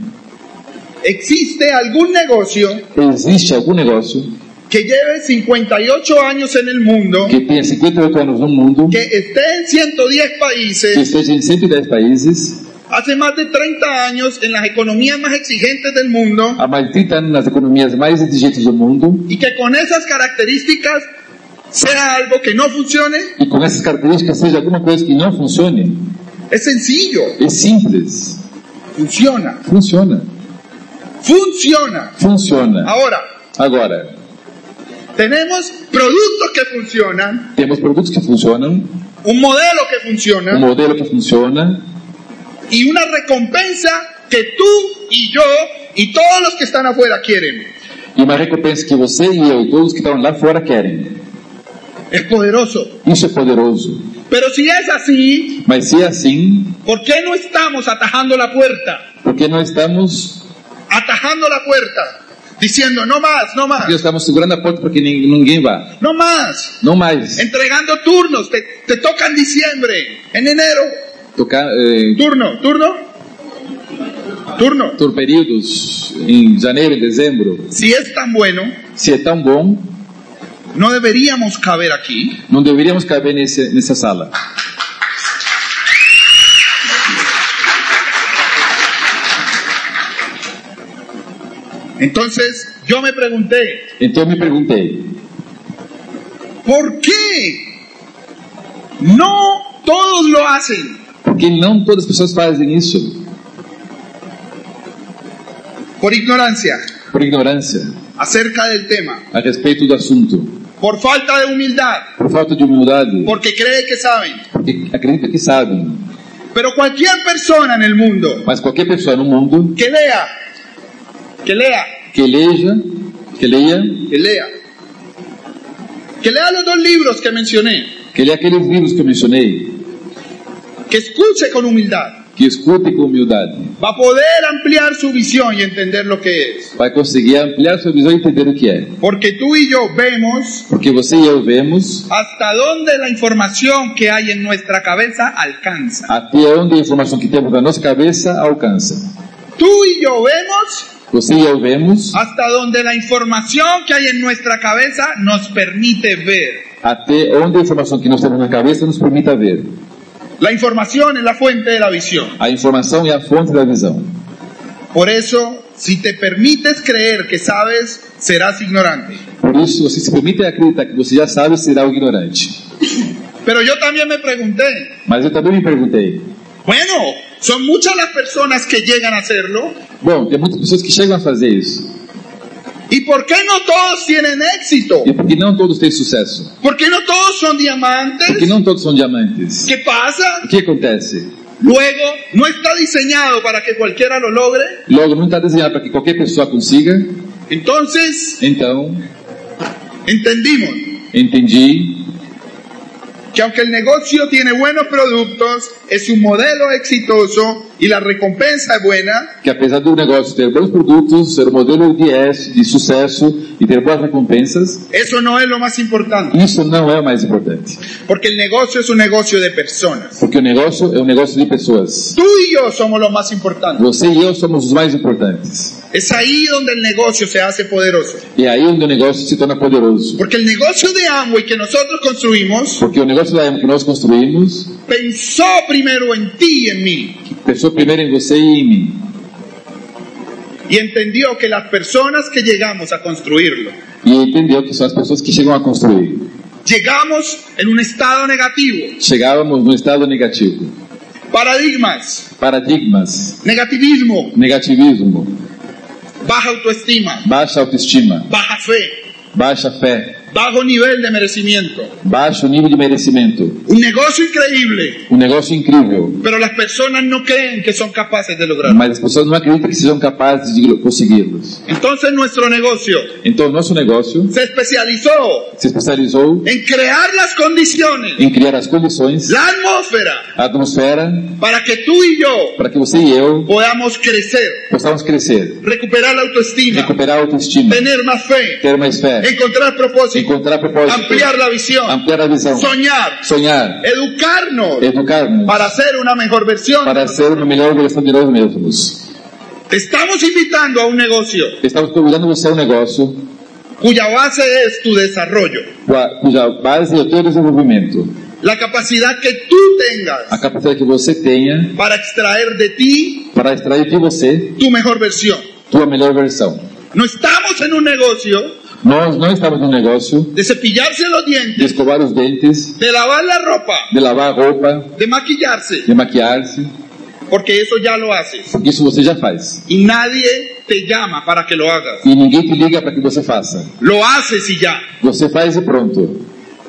Speaker 1: ¿Existe algún negocio
Speaker 2: Existe algum negócio
Speaker 1: que lleve 58 años en el mundo,
Speaker 2: que tenha 58 anos no mundo,
Speaker 1: que esté en 110
Speaker 2: que
Speaker 1: países,
Speaker 2: esteja em 110 países,
Speaker 1: hace más de 30 años en las economías más exigentes del mundo
Speaker 2: há mais de 30 anos nas economias mais exigentes do mundo,
Speaker 1: y que con esas características sea algo que no funcione?
Speaker 2: e com essas características seja alguma coisa que não funcione?
Speaker 1: Es sencillo,
Speaker 2: É simples.
Speaker 1: funciona,
Speaker 2: Funciona.
Speaker 1: funciona.
Speaker 2: Funciona.
Speaker 1: Ahora,
Speaker 2: Agora,
Speaker 1: tenemos productos que funcionan,
Speaker 2: temos produtos que funcionam,
Speaker 1: un modelo que
Speaker 2: um
Speaker 1: funciona
Speaker 2: modelo que funciona
Speaker 1: y una recompensa que tú y yo y todos los que están afuera quieren.
Speaker 2: e uma recompensa que você e eu e todos que estão lá fora querem.
Speaker 1: Es poderoso.
Speaker 2: Isso é poderoso.
Speaker 1: Pero si es así,
Speaker 2: Mas se é assim,
Speaker 1: ¿por qué no estamos atajando la puerta?
Speaker 2: por que nós estamos
Speaker 1: Atajando la puerta, diciendo no más, no más,
Speaker 2: Nós estamos segurando a porta para que nin- ninguém vá.
Speaker 1: no más.
Speaker 2: Não mais.
Speaker 1: Entregando turnos, te, te toca en diciembre, en enero.
Speaker 2: Tocar eh,
Speaker 1: Turno, turno, turno.
Speaker 2: por períodos em janeiro e dezembro.
Speaker 1: Si es tan bueno,
Speaker 2: Se é tão bom,
Speaker 1: no deberíamos caber aquí.
Speaker 2: não deveríamos caber nesse, nessa sala.
Speaker 1: Entonces yo me pregunté,
Speaker 2: Então eu me perguntei,
Speaker 1: ¿por qué no todos lo hacen?
Speaker 2: por que não todas as pessoas fazem isso?
Speaker 1: Por ignorancia
Speaker 2: Por ignorância
Speaker 1: acerca del tema.
Speaker 2: a respeito do assunto.
Speaker 1: por falta de humildad,
Speaker 2: Por falta de humildade.
Speaker 1: porque cree que saben.
Speaker 2: Porque acredita que sabem.
Speaker 1: Pero cualquier persona en el mundo
Speaker 2: Mas qualquer pessoa no mundo
Speaker 1: que lea, que lea,
Speaker 2: que eleja, que leia,
Speaker 1: que lea, que lea los dos libros que mencioné,
Speaker 2: que leia aqueles livros que eu mencionei,
Speaker 1: que escuche con humildad,
Speaker 2: que escute com humildade,
Speaker 1: va a poder ampliar su visión y entender lo que es.
Speaker 2: vai conseguir ampliar sua visão e entender o que é.
Speaker 1: Porque tú y yo vemos
Speaker 2: Porque você e eu vemos
Speaker 1: hasta dónde la información que hay en nuestra cabeza alcanza.
Speaker 2: até onde a informação que temos na nossa cabeça alcança.
Speaker 1: Tú y yo vemos
Speaker 2: Você e eu vemos
Speaker 1: hasta dónde la información que hay en nuestra cabeza nos permite ver.
Speaker 2: até onde a informação que nós temos na cabeça nos permita ver.
Speaker 1: La información es la fuente de la visión.
Speaker 2: A informação é a fonte da visão.
Speaker 1: Por eso, si te permites creer que sabes, serás ignorante.
Speaker 2: Por isso, você se permite acreditar que você já sabe será o ignorante.
Speaker 1: Pero yo también me pregunté,
Speaker 2: Mas eu também me perguntei:
Speaker 1: bueno, son muchas las personas que llegan a hacerlo,
Speaker 2: bom, tem muitas pessoas que chegam a fazer isso.
Speaker 1: ¿y por qué no todos tienen éxito?
Speaker 2: E por que não todos têm sucesso?
Speaker 1: ¿Por qué no todos son
Speaker 2: Por que
Speaker 1: diamantes?
Speaker 2: não todos são diamantes?
Speaker 1: ¿Qué pasa?
Speaker 2: O que acontece?
Speaker 1: Luego, no está diseñado para que cualquiera lo logre.
Speaker 2: Logo, não está desenhado para que qualquer pessoa consiga.
Speaker 1: Entonces,
Speaker 2: Então,
Speaker 1: entendimos
Speaker 2: entendi
Speaker 1: que aunque el negocio tiene buenos productos, es un modelo exitoso y la recompensa es buena,
Speaker 2: que apesar do negócio ter bons produtos, ser um modelo de, S, de sucesso e ter boas recompensas,
Speaker 1: Eso no es lo más importante,
Speaker 2: isso não é o mais importante.
Speaker 1: porque el negocio es un negocio de personas.
Speaker 2: Porque o negócio é um negócio de pessoas.
Speaker 1: Tú y yo somos lo más importante.
Speaker 2: Você e eu somos os mais importantes.
Speaker 1: Es ahí donde el negocio se hace poderoso.
Speaker 2: E é aí onde o negócio se torna poderoso.
Speaker 1: Porque el negocio de Amway que nosotros construimos
Speaker 2: Porque o negócio da Ema que nós construímos
Speaker 1: pensó primero en ti y en mí
Speaker 2: pensou primeiro em você e em mim.
Speaker 1: y entendió que las personas que llegamos a construirlo,
Speaker 2: E entendeu que são as pessoas que chegam a construir.
Speaker 1: llegamos en un estado negativo,
Speaker 2: Chegávamos num estado negativo.
Speaker 1: Paradigmas,
Speaker 2: paradigmas,
Speaker 1: negativismo,
Speaker 2: negativismo,
Speaker 1: baja autoestima,
Speaker 2: baixa autoestima,
Speaker 1: baja fe,
Speaker 2: baixa fé,
Speaker 1: bajo nivel de merecimiento.
Speaker 2: baixo nível de merecimento.
Speaker 1: Un negocio increíble,
Speaker 2: Um negócio incrível,
Speaker 1: pero las personas no creen que son capaces de lograrlo.
Speaker 2: mas as pessoas não acreditam que sejam capazes de consegui-los.
Speaker 1: Entonces nuestro negocio
Speaker 2: Então, nosso negócio
Speaker 1: se especializó
Speaker 2: se especializou
Speaker 1: en crear las condiciones,
Speaker 2: em criar as condições,
Speaker 1: la atmósfera,
Speaker 2: a atmosfera,
Speaker 1: para que tú y yo
Speaker 2: para que você e eu
Speaker 1: podamos crecer,
Speaker 2: possamos crescer,
Speaker 1: recuperar la autoestima,
Speaker 2: recuperar a autoestima,
Speaker 1: tener más fe,
Speaker 2: ter mais fé,
Speaker 1: encontrar propósito,
Speaker 2: encontrar propósito,
Speaker 1: ampliar la visión,
Speaker 2: ampliar a visão,
Speaker 1: soñar,
Speaker 2: sonhar,
Speaker 1: educarnos
Speaker 2: educar-nos
Speaker 1: para ser una mejor versión.
Speaker 2: para ser uma melhor versão de nós mesmos.
Speaker 1: Te estamos invitando a un negocio
Speaker 2: Estamos convidando você a um negócio
Speaker 1: cuya base es tu desarrollo,
Speaker 2: cua- cuja base é o teu desenvolvimento,
Speaker 1: la capacidad que tú
Speaker 2: a
Speaker 1: tengas
Speaker 2: capacidade que você tenha
Speaker 1: para extraer de ti
Speaker 2: para extrair de você
Speaker 1: tu mejor versión.
Speaker 2: tua melhor versão.
Speaker 1: No estamos en un negocio
Speaker 2: Nós não estamos no negócio
Speaker 1: de cepillarse los
Speaker 2: de
Speaker 1: dientes,
Speaker 2: escovar os dentes,
Speaker 1: de lavar la ropa,
Speaker 2: de lavar a roupa,
Speaker 1: de maquillarse,
Speaker 2: de maquiar-se,
Speaker 1: porque eso ya lo haces.
Speaker 2: porque isso você já faz.
Speaker 1: Y nadie te llama para que lo hagas.
Speaker 2: E ninguém te liga para que você faça.
Speaker 1: Lo haces y ya.
Speaker 2: Você faz e pronto.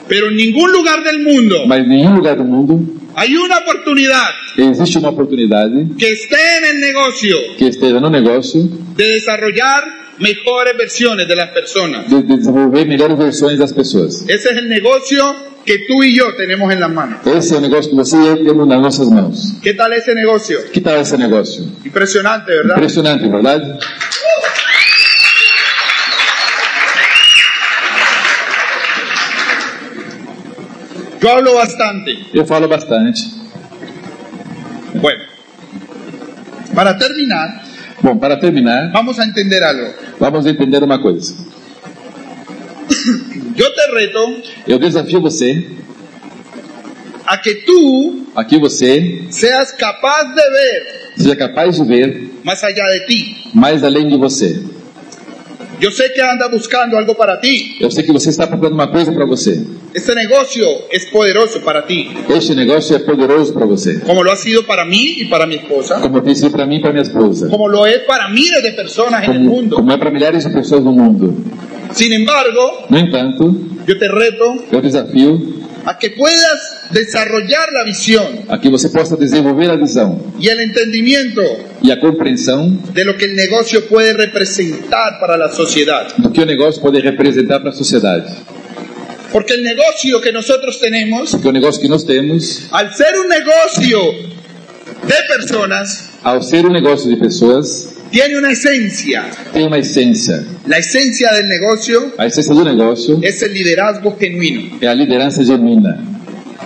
Speaker 1: Pero en ningún lugar del mundo
Speaker 2: Mas em nenhum lugar do mundo
Speaker 1: hay una oportunidad
Speaker 2: existe uma oportunidade
Speaker 1: que esté en el negocio
Speaker 2: que esteja no negócio
Speaker 1: de desarrollar mejores versiones de las personas.
Speaker 2: de de desenvolver melhores versões das pessoas.
Speaker 1: Ese es el negocio que tú y yo tenemos en las manos.
Speaker 2: Esse é o negócio que você e eu temos nas nossas mãos.
Speaker 1: ¿Qué tal ese negocio?
Speaker 2: Que tal esse negócio?
Speaker 1: Impresionante, ¿verdad?
Speaker 2: Impressionante, verdade?
Speaker 1: Yo hablo bastante.
Speaker 2: Eu falo bastante.
Speaker 1: Bueno, para terminar,
Speaker 2: Bom, para terminar,
Speaker 1: vamos a entender algo.
Speaker 2: vamos entender uma coisa.
Speaker 1: Yo te reto
Speaker 2: Eu desafio você
Speaker 1: a que tú
Speaker 2: a que você
Speaker 1: seas capaz de ver
Speaker 2: seja capaz de ver
Speaker 1: más allá de ti.
Speaker 2: mais além de você.
Speaker 1: Yo sé que andas buscando algo para ti.
Speaker 2: Eu sei que você está procurando uma coisa para você.
Speaker 1: Este negocio es poderoso para ti,
Speaker 2: Este negócio é poderoso para você,
Speaker 1: como lo ha sido para mí y para mi esposa,
Speaker 2: como tem sido para mim e para minha esposa,
Speaker 1: como lo es para miles de personas en el
Speaker 2: como,
Speaker 1: mundo.
Speaker 2: como é para milhares de pessoas no mundo.
Speaker 1: Sin embargo,
Speaker 2: No entanto,
Speaker 1: yo te reto
Speaker 2: eu desafio
Speaker 1: a que puedas desarrollar la visión
Speaker 2: a que você possa desenvolver a visão
Speaker 1: y el entendimiento
Speaker 2: e a compreensão
Speaker 1: de lo que el negocio puede representar para la sociedad.
Speaker 2: do que o negócio pode representar para a sociedade.
Speaker 1: Porque el negocio que nosotros tenemos,
Speaker 2: Porque o negócio que nós temos,
Speaker 1: al ser un negocio de personas,
Speaker 2: ao ser um negócio de pessoas,
Speaker 1: tiene una esencia.
Speaker 2: tem uma essência.
Speaker 1: La esencia del negocio
Speaker 2: A essência do negócio
Speaker 1: es el liderazgo genuino.
Speaker 2: é a liderança genuína.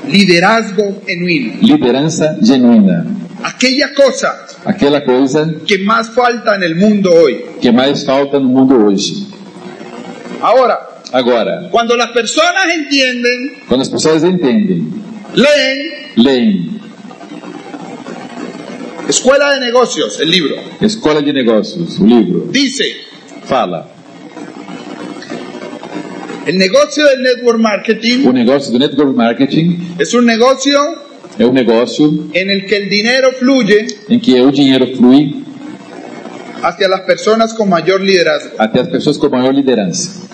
Speaker 1: Liderazgo genuino.
Speaker 2: Liderança genuína.
Speaker 1: Aquella cosa
Speaker 2: Aquela coisa
Speaker 1: que más falta en el mundo hoy.
Speaker 2: que mais falta no mundo hoje.
Speaker 1: Ahora,
Speaker 2: Agora,
Speaker 1: cuando las personas entienden,
Speaker 2: quando as pessoas entendem,
Speaker 1: leen
Speaker 2: leem
Speaker 1: Escuela de Negocios, el libro,
Speaker 2: Escola de Negócios, o livro,
Speaker 1: dice,
Speaker 2: fala
Speaker 1: el negocio del network marketing
Speaker 2: o negócio do network marketing
Speaker 1: es un negocio
Speaker 2: é um negócio
Speaker 1: en el que el dinero fluye
Speaker 2: em que o dinheiro flui
Speaker 1: hacia las personas con mayor liderazgo.
Speaker 2: até as pessoas com maior liderança.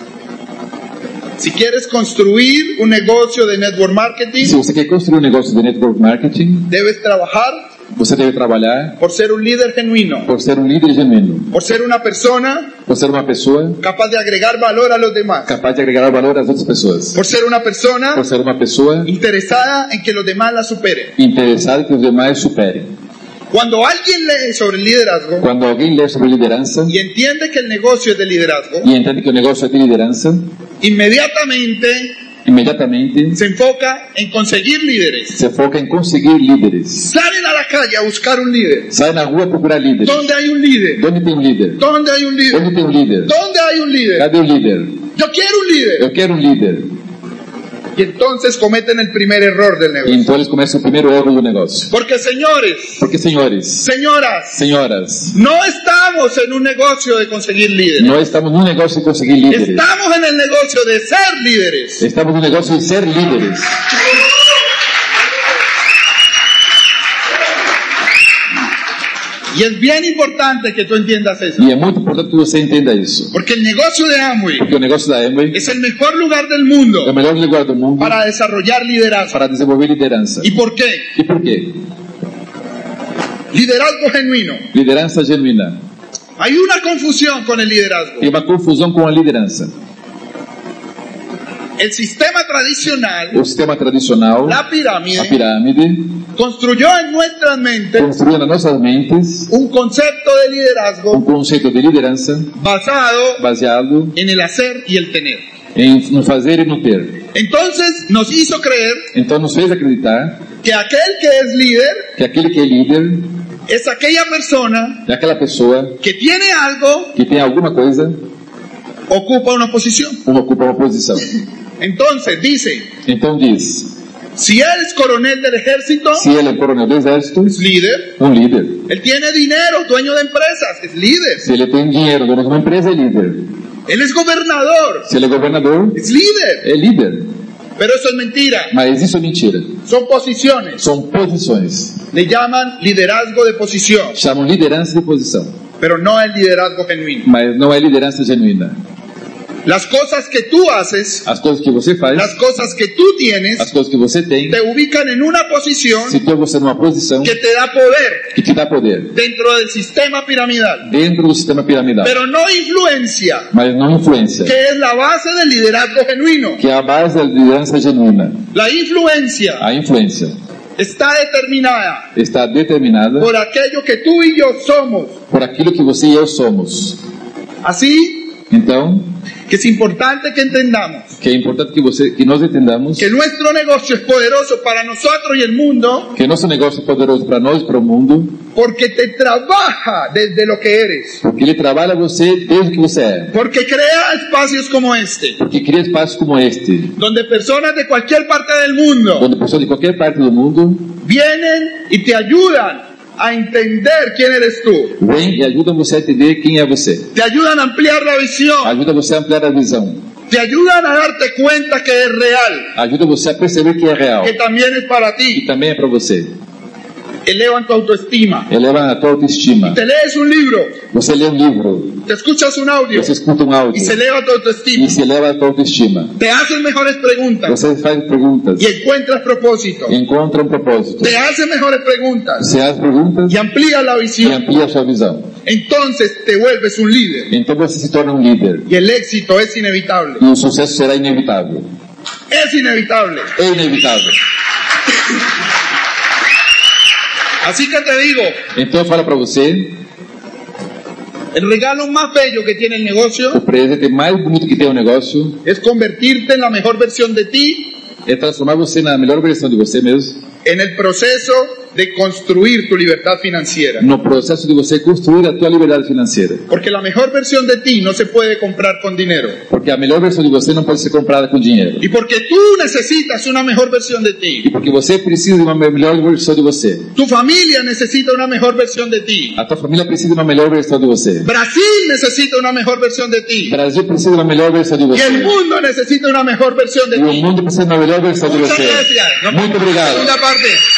Speaker 1: Si quieres construir un negocio de network
Speaker 2: E se
Speaker 1: marketing,
Speaker 2: você quer construir um negócio de network marketing,
Speaker 1: debes trabajar
Speaker 2: você deve trabalhar
Speaker 1: por ser un líder genuino,
Speaker 2: por ser um líder genuíno,
Speaker 1: por ser una persona
Speaker 2: por ser uma pessoa
Speaker 1: capaz de agregar valor a los demás,
Speaker 2: capaz de agregar valor às outras pessoas,
Speaker 1: por ser una persona
Speaker 2: por ser uma pessoa
Speaker 1: interesada en que los demás la superen.
Speaker 2: interessada que os demais superem.
Speaker 1: Cuando alguien lee sobre el liderazgo
Speaker 2: Quando alguém lê sobre liderança
Speaker 1: y entiende que el negocio es de liderazgo,
Speaker 2: e entende que o negócio é de liderança,
Speaker 1: inmediatamente
Speaker 2: imediatamente
Speaker 1: se enfoca en conseguir líderes.
Speaker 2: se foca em conseguir líderes.
Speaker 1: Salen a la calle a buscar un líder.
Speaker 2: Sai na rua procurar líderes.
Speaker 1: ¿Dónde hay un líder?
Speaker 2: Onde tem um líder?
Speaker 1: ¿Dónde hay un líder?
Speaker 2: Onde tem um líder?
Speaker 1: ¿Dónde hay un líder?
Speaker 2: Cadê o líder?
Speaker 1: Yo quiero un líder.
Speaker 2: Eu quero um líder.
Speaker 1: Y entonces cometen el primer error del
Speaker 2: E
Speaker 1: negocio.
Speaker 2: então eles começam o primeiro erro do negócio.
Speaker 1: Porque señores,
Speaker 2: Porque, senhores,
Speaker 1: señoras,
Speaker 2: senhoras,
Speaker 1: no estamos en un negocio de conseguir líderes.
Speaker 2: nós estamos num negócio de conseguir líderes.
Speaker 1: Estamos en el negocio de ser líderes.
Speaker 2: Estamos num negócio de ser líderes.
Speaker 1: Y es bien importante que tú entiendas eso.
Speaker 2: E é muito importante que você entenda isso.
Speaker 1: Porque el negocio de Amway
Speaker 2: Porque o negócio da Amway
Speaker 1: es el mejor lugar del
Speaker 2: é o
Speaker 1: mundo
Speaker 2: melhor lugar do mundo
Speaker 1: para desarrollar liderazgo.
Speaker 2: para desenvolver liderança.
Speaker 1: ¿Y por qué?
Speaker 2: E por quê?
Speaker 1: Liderazgo genuino.
Speaker 2: Liderança genuína.
Speaker 1: Hay una confusión con el liderazgo.
Speaker 2: Tem uma confusão com a liderança.
Speaker 1: El sistema tradicional,
Speaker 2: O sistema tradicional,
Speaker 1: la
Speaker 2: a
Speaker 1: pirámide,
Speaker 2: pirâmide,
Speaker 1: construyó en nuestras mentes
Speaker 2: construiu nas nossas mentes
Speaker 1: un concepto de
Speaker 2: um
Speaker 1: liderazgo
Speaker 2: conceito de liderança
Speaker 1: basado
Speaker 2: baseado
Speaker 1: en el hacer y el tener.
Speaker 2: em no fazer e no ter.
Speaker 1: Entonces nos hizo creer
Speaker 2: Então nos fez acreditar
Speaker 1: que aquel que es líder
Speaker 2: que aquele que é líder
Speaker 1: es aquella persona
Speaker 2: é aquela pessoa
Speaker 1: que tiene algo,
Speaker 2: que tem alguma coisa
Speaker 1: ocupa una posición.
Speaker 2: ou ocupa uma posição.
Speaker 1: Entonces dice,
Speaker 2: Então diz,
Speaker 1: si él es coronel del ejército,
Speaker 2: se ele é coronel do exército,
Speaker 1: es líder.
Speaker 2: um líder.
Speaker 1: Él tiene dinero, dueño de empresas, es líder.
Speaker 2: Se ele tem dinheiro, dono de uma empresa, é líder.
Speaker 1: Él es gobernador,
Speaker 2: Se ele é governador,
Speaker 1: es líder.
Speaker 2: é líder.
Speaker 1: Pero eso es mentira.
Speaker 2: Mas isso é mentira.
Speaker 1: Son posiciones.
Speaker 2: São posições.
Speaker 1: Le llaman liderazgo de posición,
Speaker 2: Chamam liderança de posição,
Speaker 1: pero no el liderazgo genuino.
Speaker 2: mas não é liderança genuína.
Speaker 1: Las cosas que tú haces,
Speaker 2: As coisas que você faz,
Speaker 1: las cosas que tú
Speaker 2: as
Speaker 1: tienes,
Speaker 2: coisas que você tem,
Speaker 1: te ubican en una posición
Speaker 2: se tem você numa posição
Speaker 1: que te da poder.
Speaker 2: que te dá poder
Speaker 1: dentro del sistema piramidal,
Speaker 2: dentro do sistema piramidal,
Speaker 1: pero no influencia,
Speaker 2: mas não influência,
Speaker 1: que es la base del liderazgo genuino.
Speaker 2: que é a base da liderança genuína.
Speaker 1: La influencia
Speaker 2: A influência
Speaker 1: está determinada
Speaker 2: está determinada
Speaker 1: por aquello que tú y yo somos.
Speaker 2: por aquilo que você e eu somos.
Speaker 1: Así
Speaker 2: Então,
Speaker 1: que es importante que entendamos
Speaker 2: que é importante que você, que nós entendamos
Speaker 1: que nuestro negocio es poderoso para nosotros y el mundo
Speaker 2: que nosso negócio é poderoso para nós, e para o mundo,
Speaker 1: porque te trabaja desde lo que eres,
Speaker 2: porque ele trabalha você desde que você é,
Speaker 1: porque crea espacios como este,
Speaker 2: porque cria espaços como este,
Speaker 1: donde personas de cualquier parte del mundo
Speaker 2: onde pessoas de qualquer parte do mundo
Speaker 1: vienen y te ayudan a entender quién eres tú.
Speaker 2: vêm e ajudam você a entender quem é você,
Speaker 1: te ayudan a ampliar la visión,
Speaker 2: ajuda você a ampliar a visão,
Speaker 1: te ayudan a darte cuenta que es real,
Speaker 2: ajuda você a perceber que é real,
Speaker 1: que también es para
Speaker 2: que
Speaker 1: ti,
Speaker 2: também é para você,
Speaker 1: elevan tu autoestima.
Speaker 2: eleva a tua autoestima.
Speaker 1: Te lees un libro,
Speaker 2: Você lê um livro,
Speaker 1: te escuchas un audio
Speaker 2: você escuta um áudio
Speaker 1: y se eleva tu autoestima.
Speaker 2: e se eleva a tua autoestima.
Speaker 1: Te hacen mejores preguntas
Speaker 2: Você faz perguntas,
Speaker 1: y encuentras propósito.
Speaker 2: encontra um propósito,
Speaker 1: Te hacen mejores preguntas
Speaker 2: você faz perguntas
Speaker 1: y amplías la
Speaker 2: e
Speaker 1: visión.
Speaker 2: amplia a sua visão.
Speaker 1: Entonces te vuelves un líder
Speaker 2: Então você se torna um líder.
Speaker 1: y el éxito es inevitable.
Speaker 2: E o sucesso será inevitável.
Speaker 1: Es inevitable.
Speaker 2: É inevitável.
Speaker 1: Así que te digo,
Speaker 2: Então eu falo para você,
Speaker 1: el regalo más bello que tiene el
Speaker 2: o
Speaker 1: negocio
Speaker 2: presente mais bonito que tem o negócio
Speaker 1: es convertirte en la mejor versión de ti
Speaker 2: é transformar você na melhor versão de você mesmo,
Speaker 1: en el proceso de construir tu libertad financiera.
Speaker 2: no processo de você construir a tua liberdade financeira.
Speaker 1: Porque la mejor versión de ti no se puede comprar con dinero.
Speaker 2: Porque a melhor versão de você não pode ser comprada com dinheiro.
Speaker 1: Y porque tú necesitas una mejor versión de
Speaker 2: E
Speaker 1: ti.
Speaker 2: porque você precisa de uma melhor versão de você.
Speaker 1: Tu familia necesita una mejor versión de ti.
Speaker 2: A tua família precisa de uma melhor versão de você.
Speaker 1: Brasil necesita una mejor versión de
Speaker 2: O
Speaker 1: ti.
Speaker 2: Brasil precisa de uma melhor versão de
Speaker 1: Y el
Speaker 2: você.
Speaker 1: mundo necesita una mejor versión de
Speaker 2: E o
Speaker 1: ti.
Speaker 2: mundo precisa de uma melhor versão de
Speaker 1: Muchas
Speaker 2: você.
Speaker 1: gracias. Nos vemos
Speaker 2: Muito
Speaker 1: en la
Speaker 2: obrigado.
Speaker 1: segunda parte.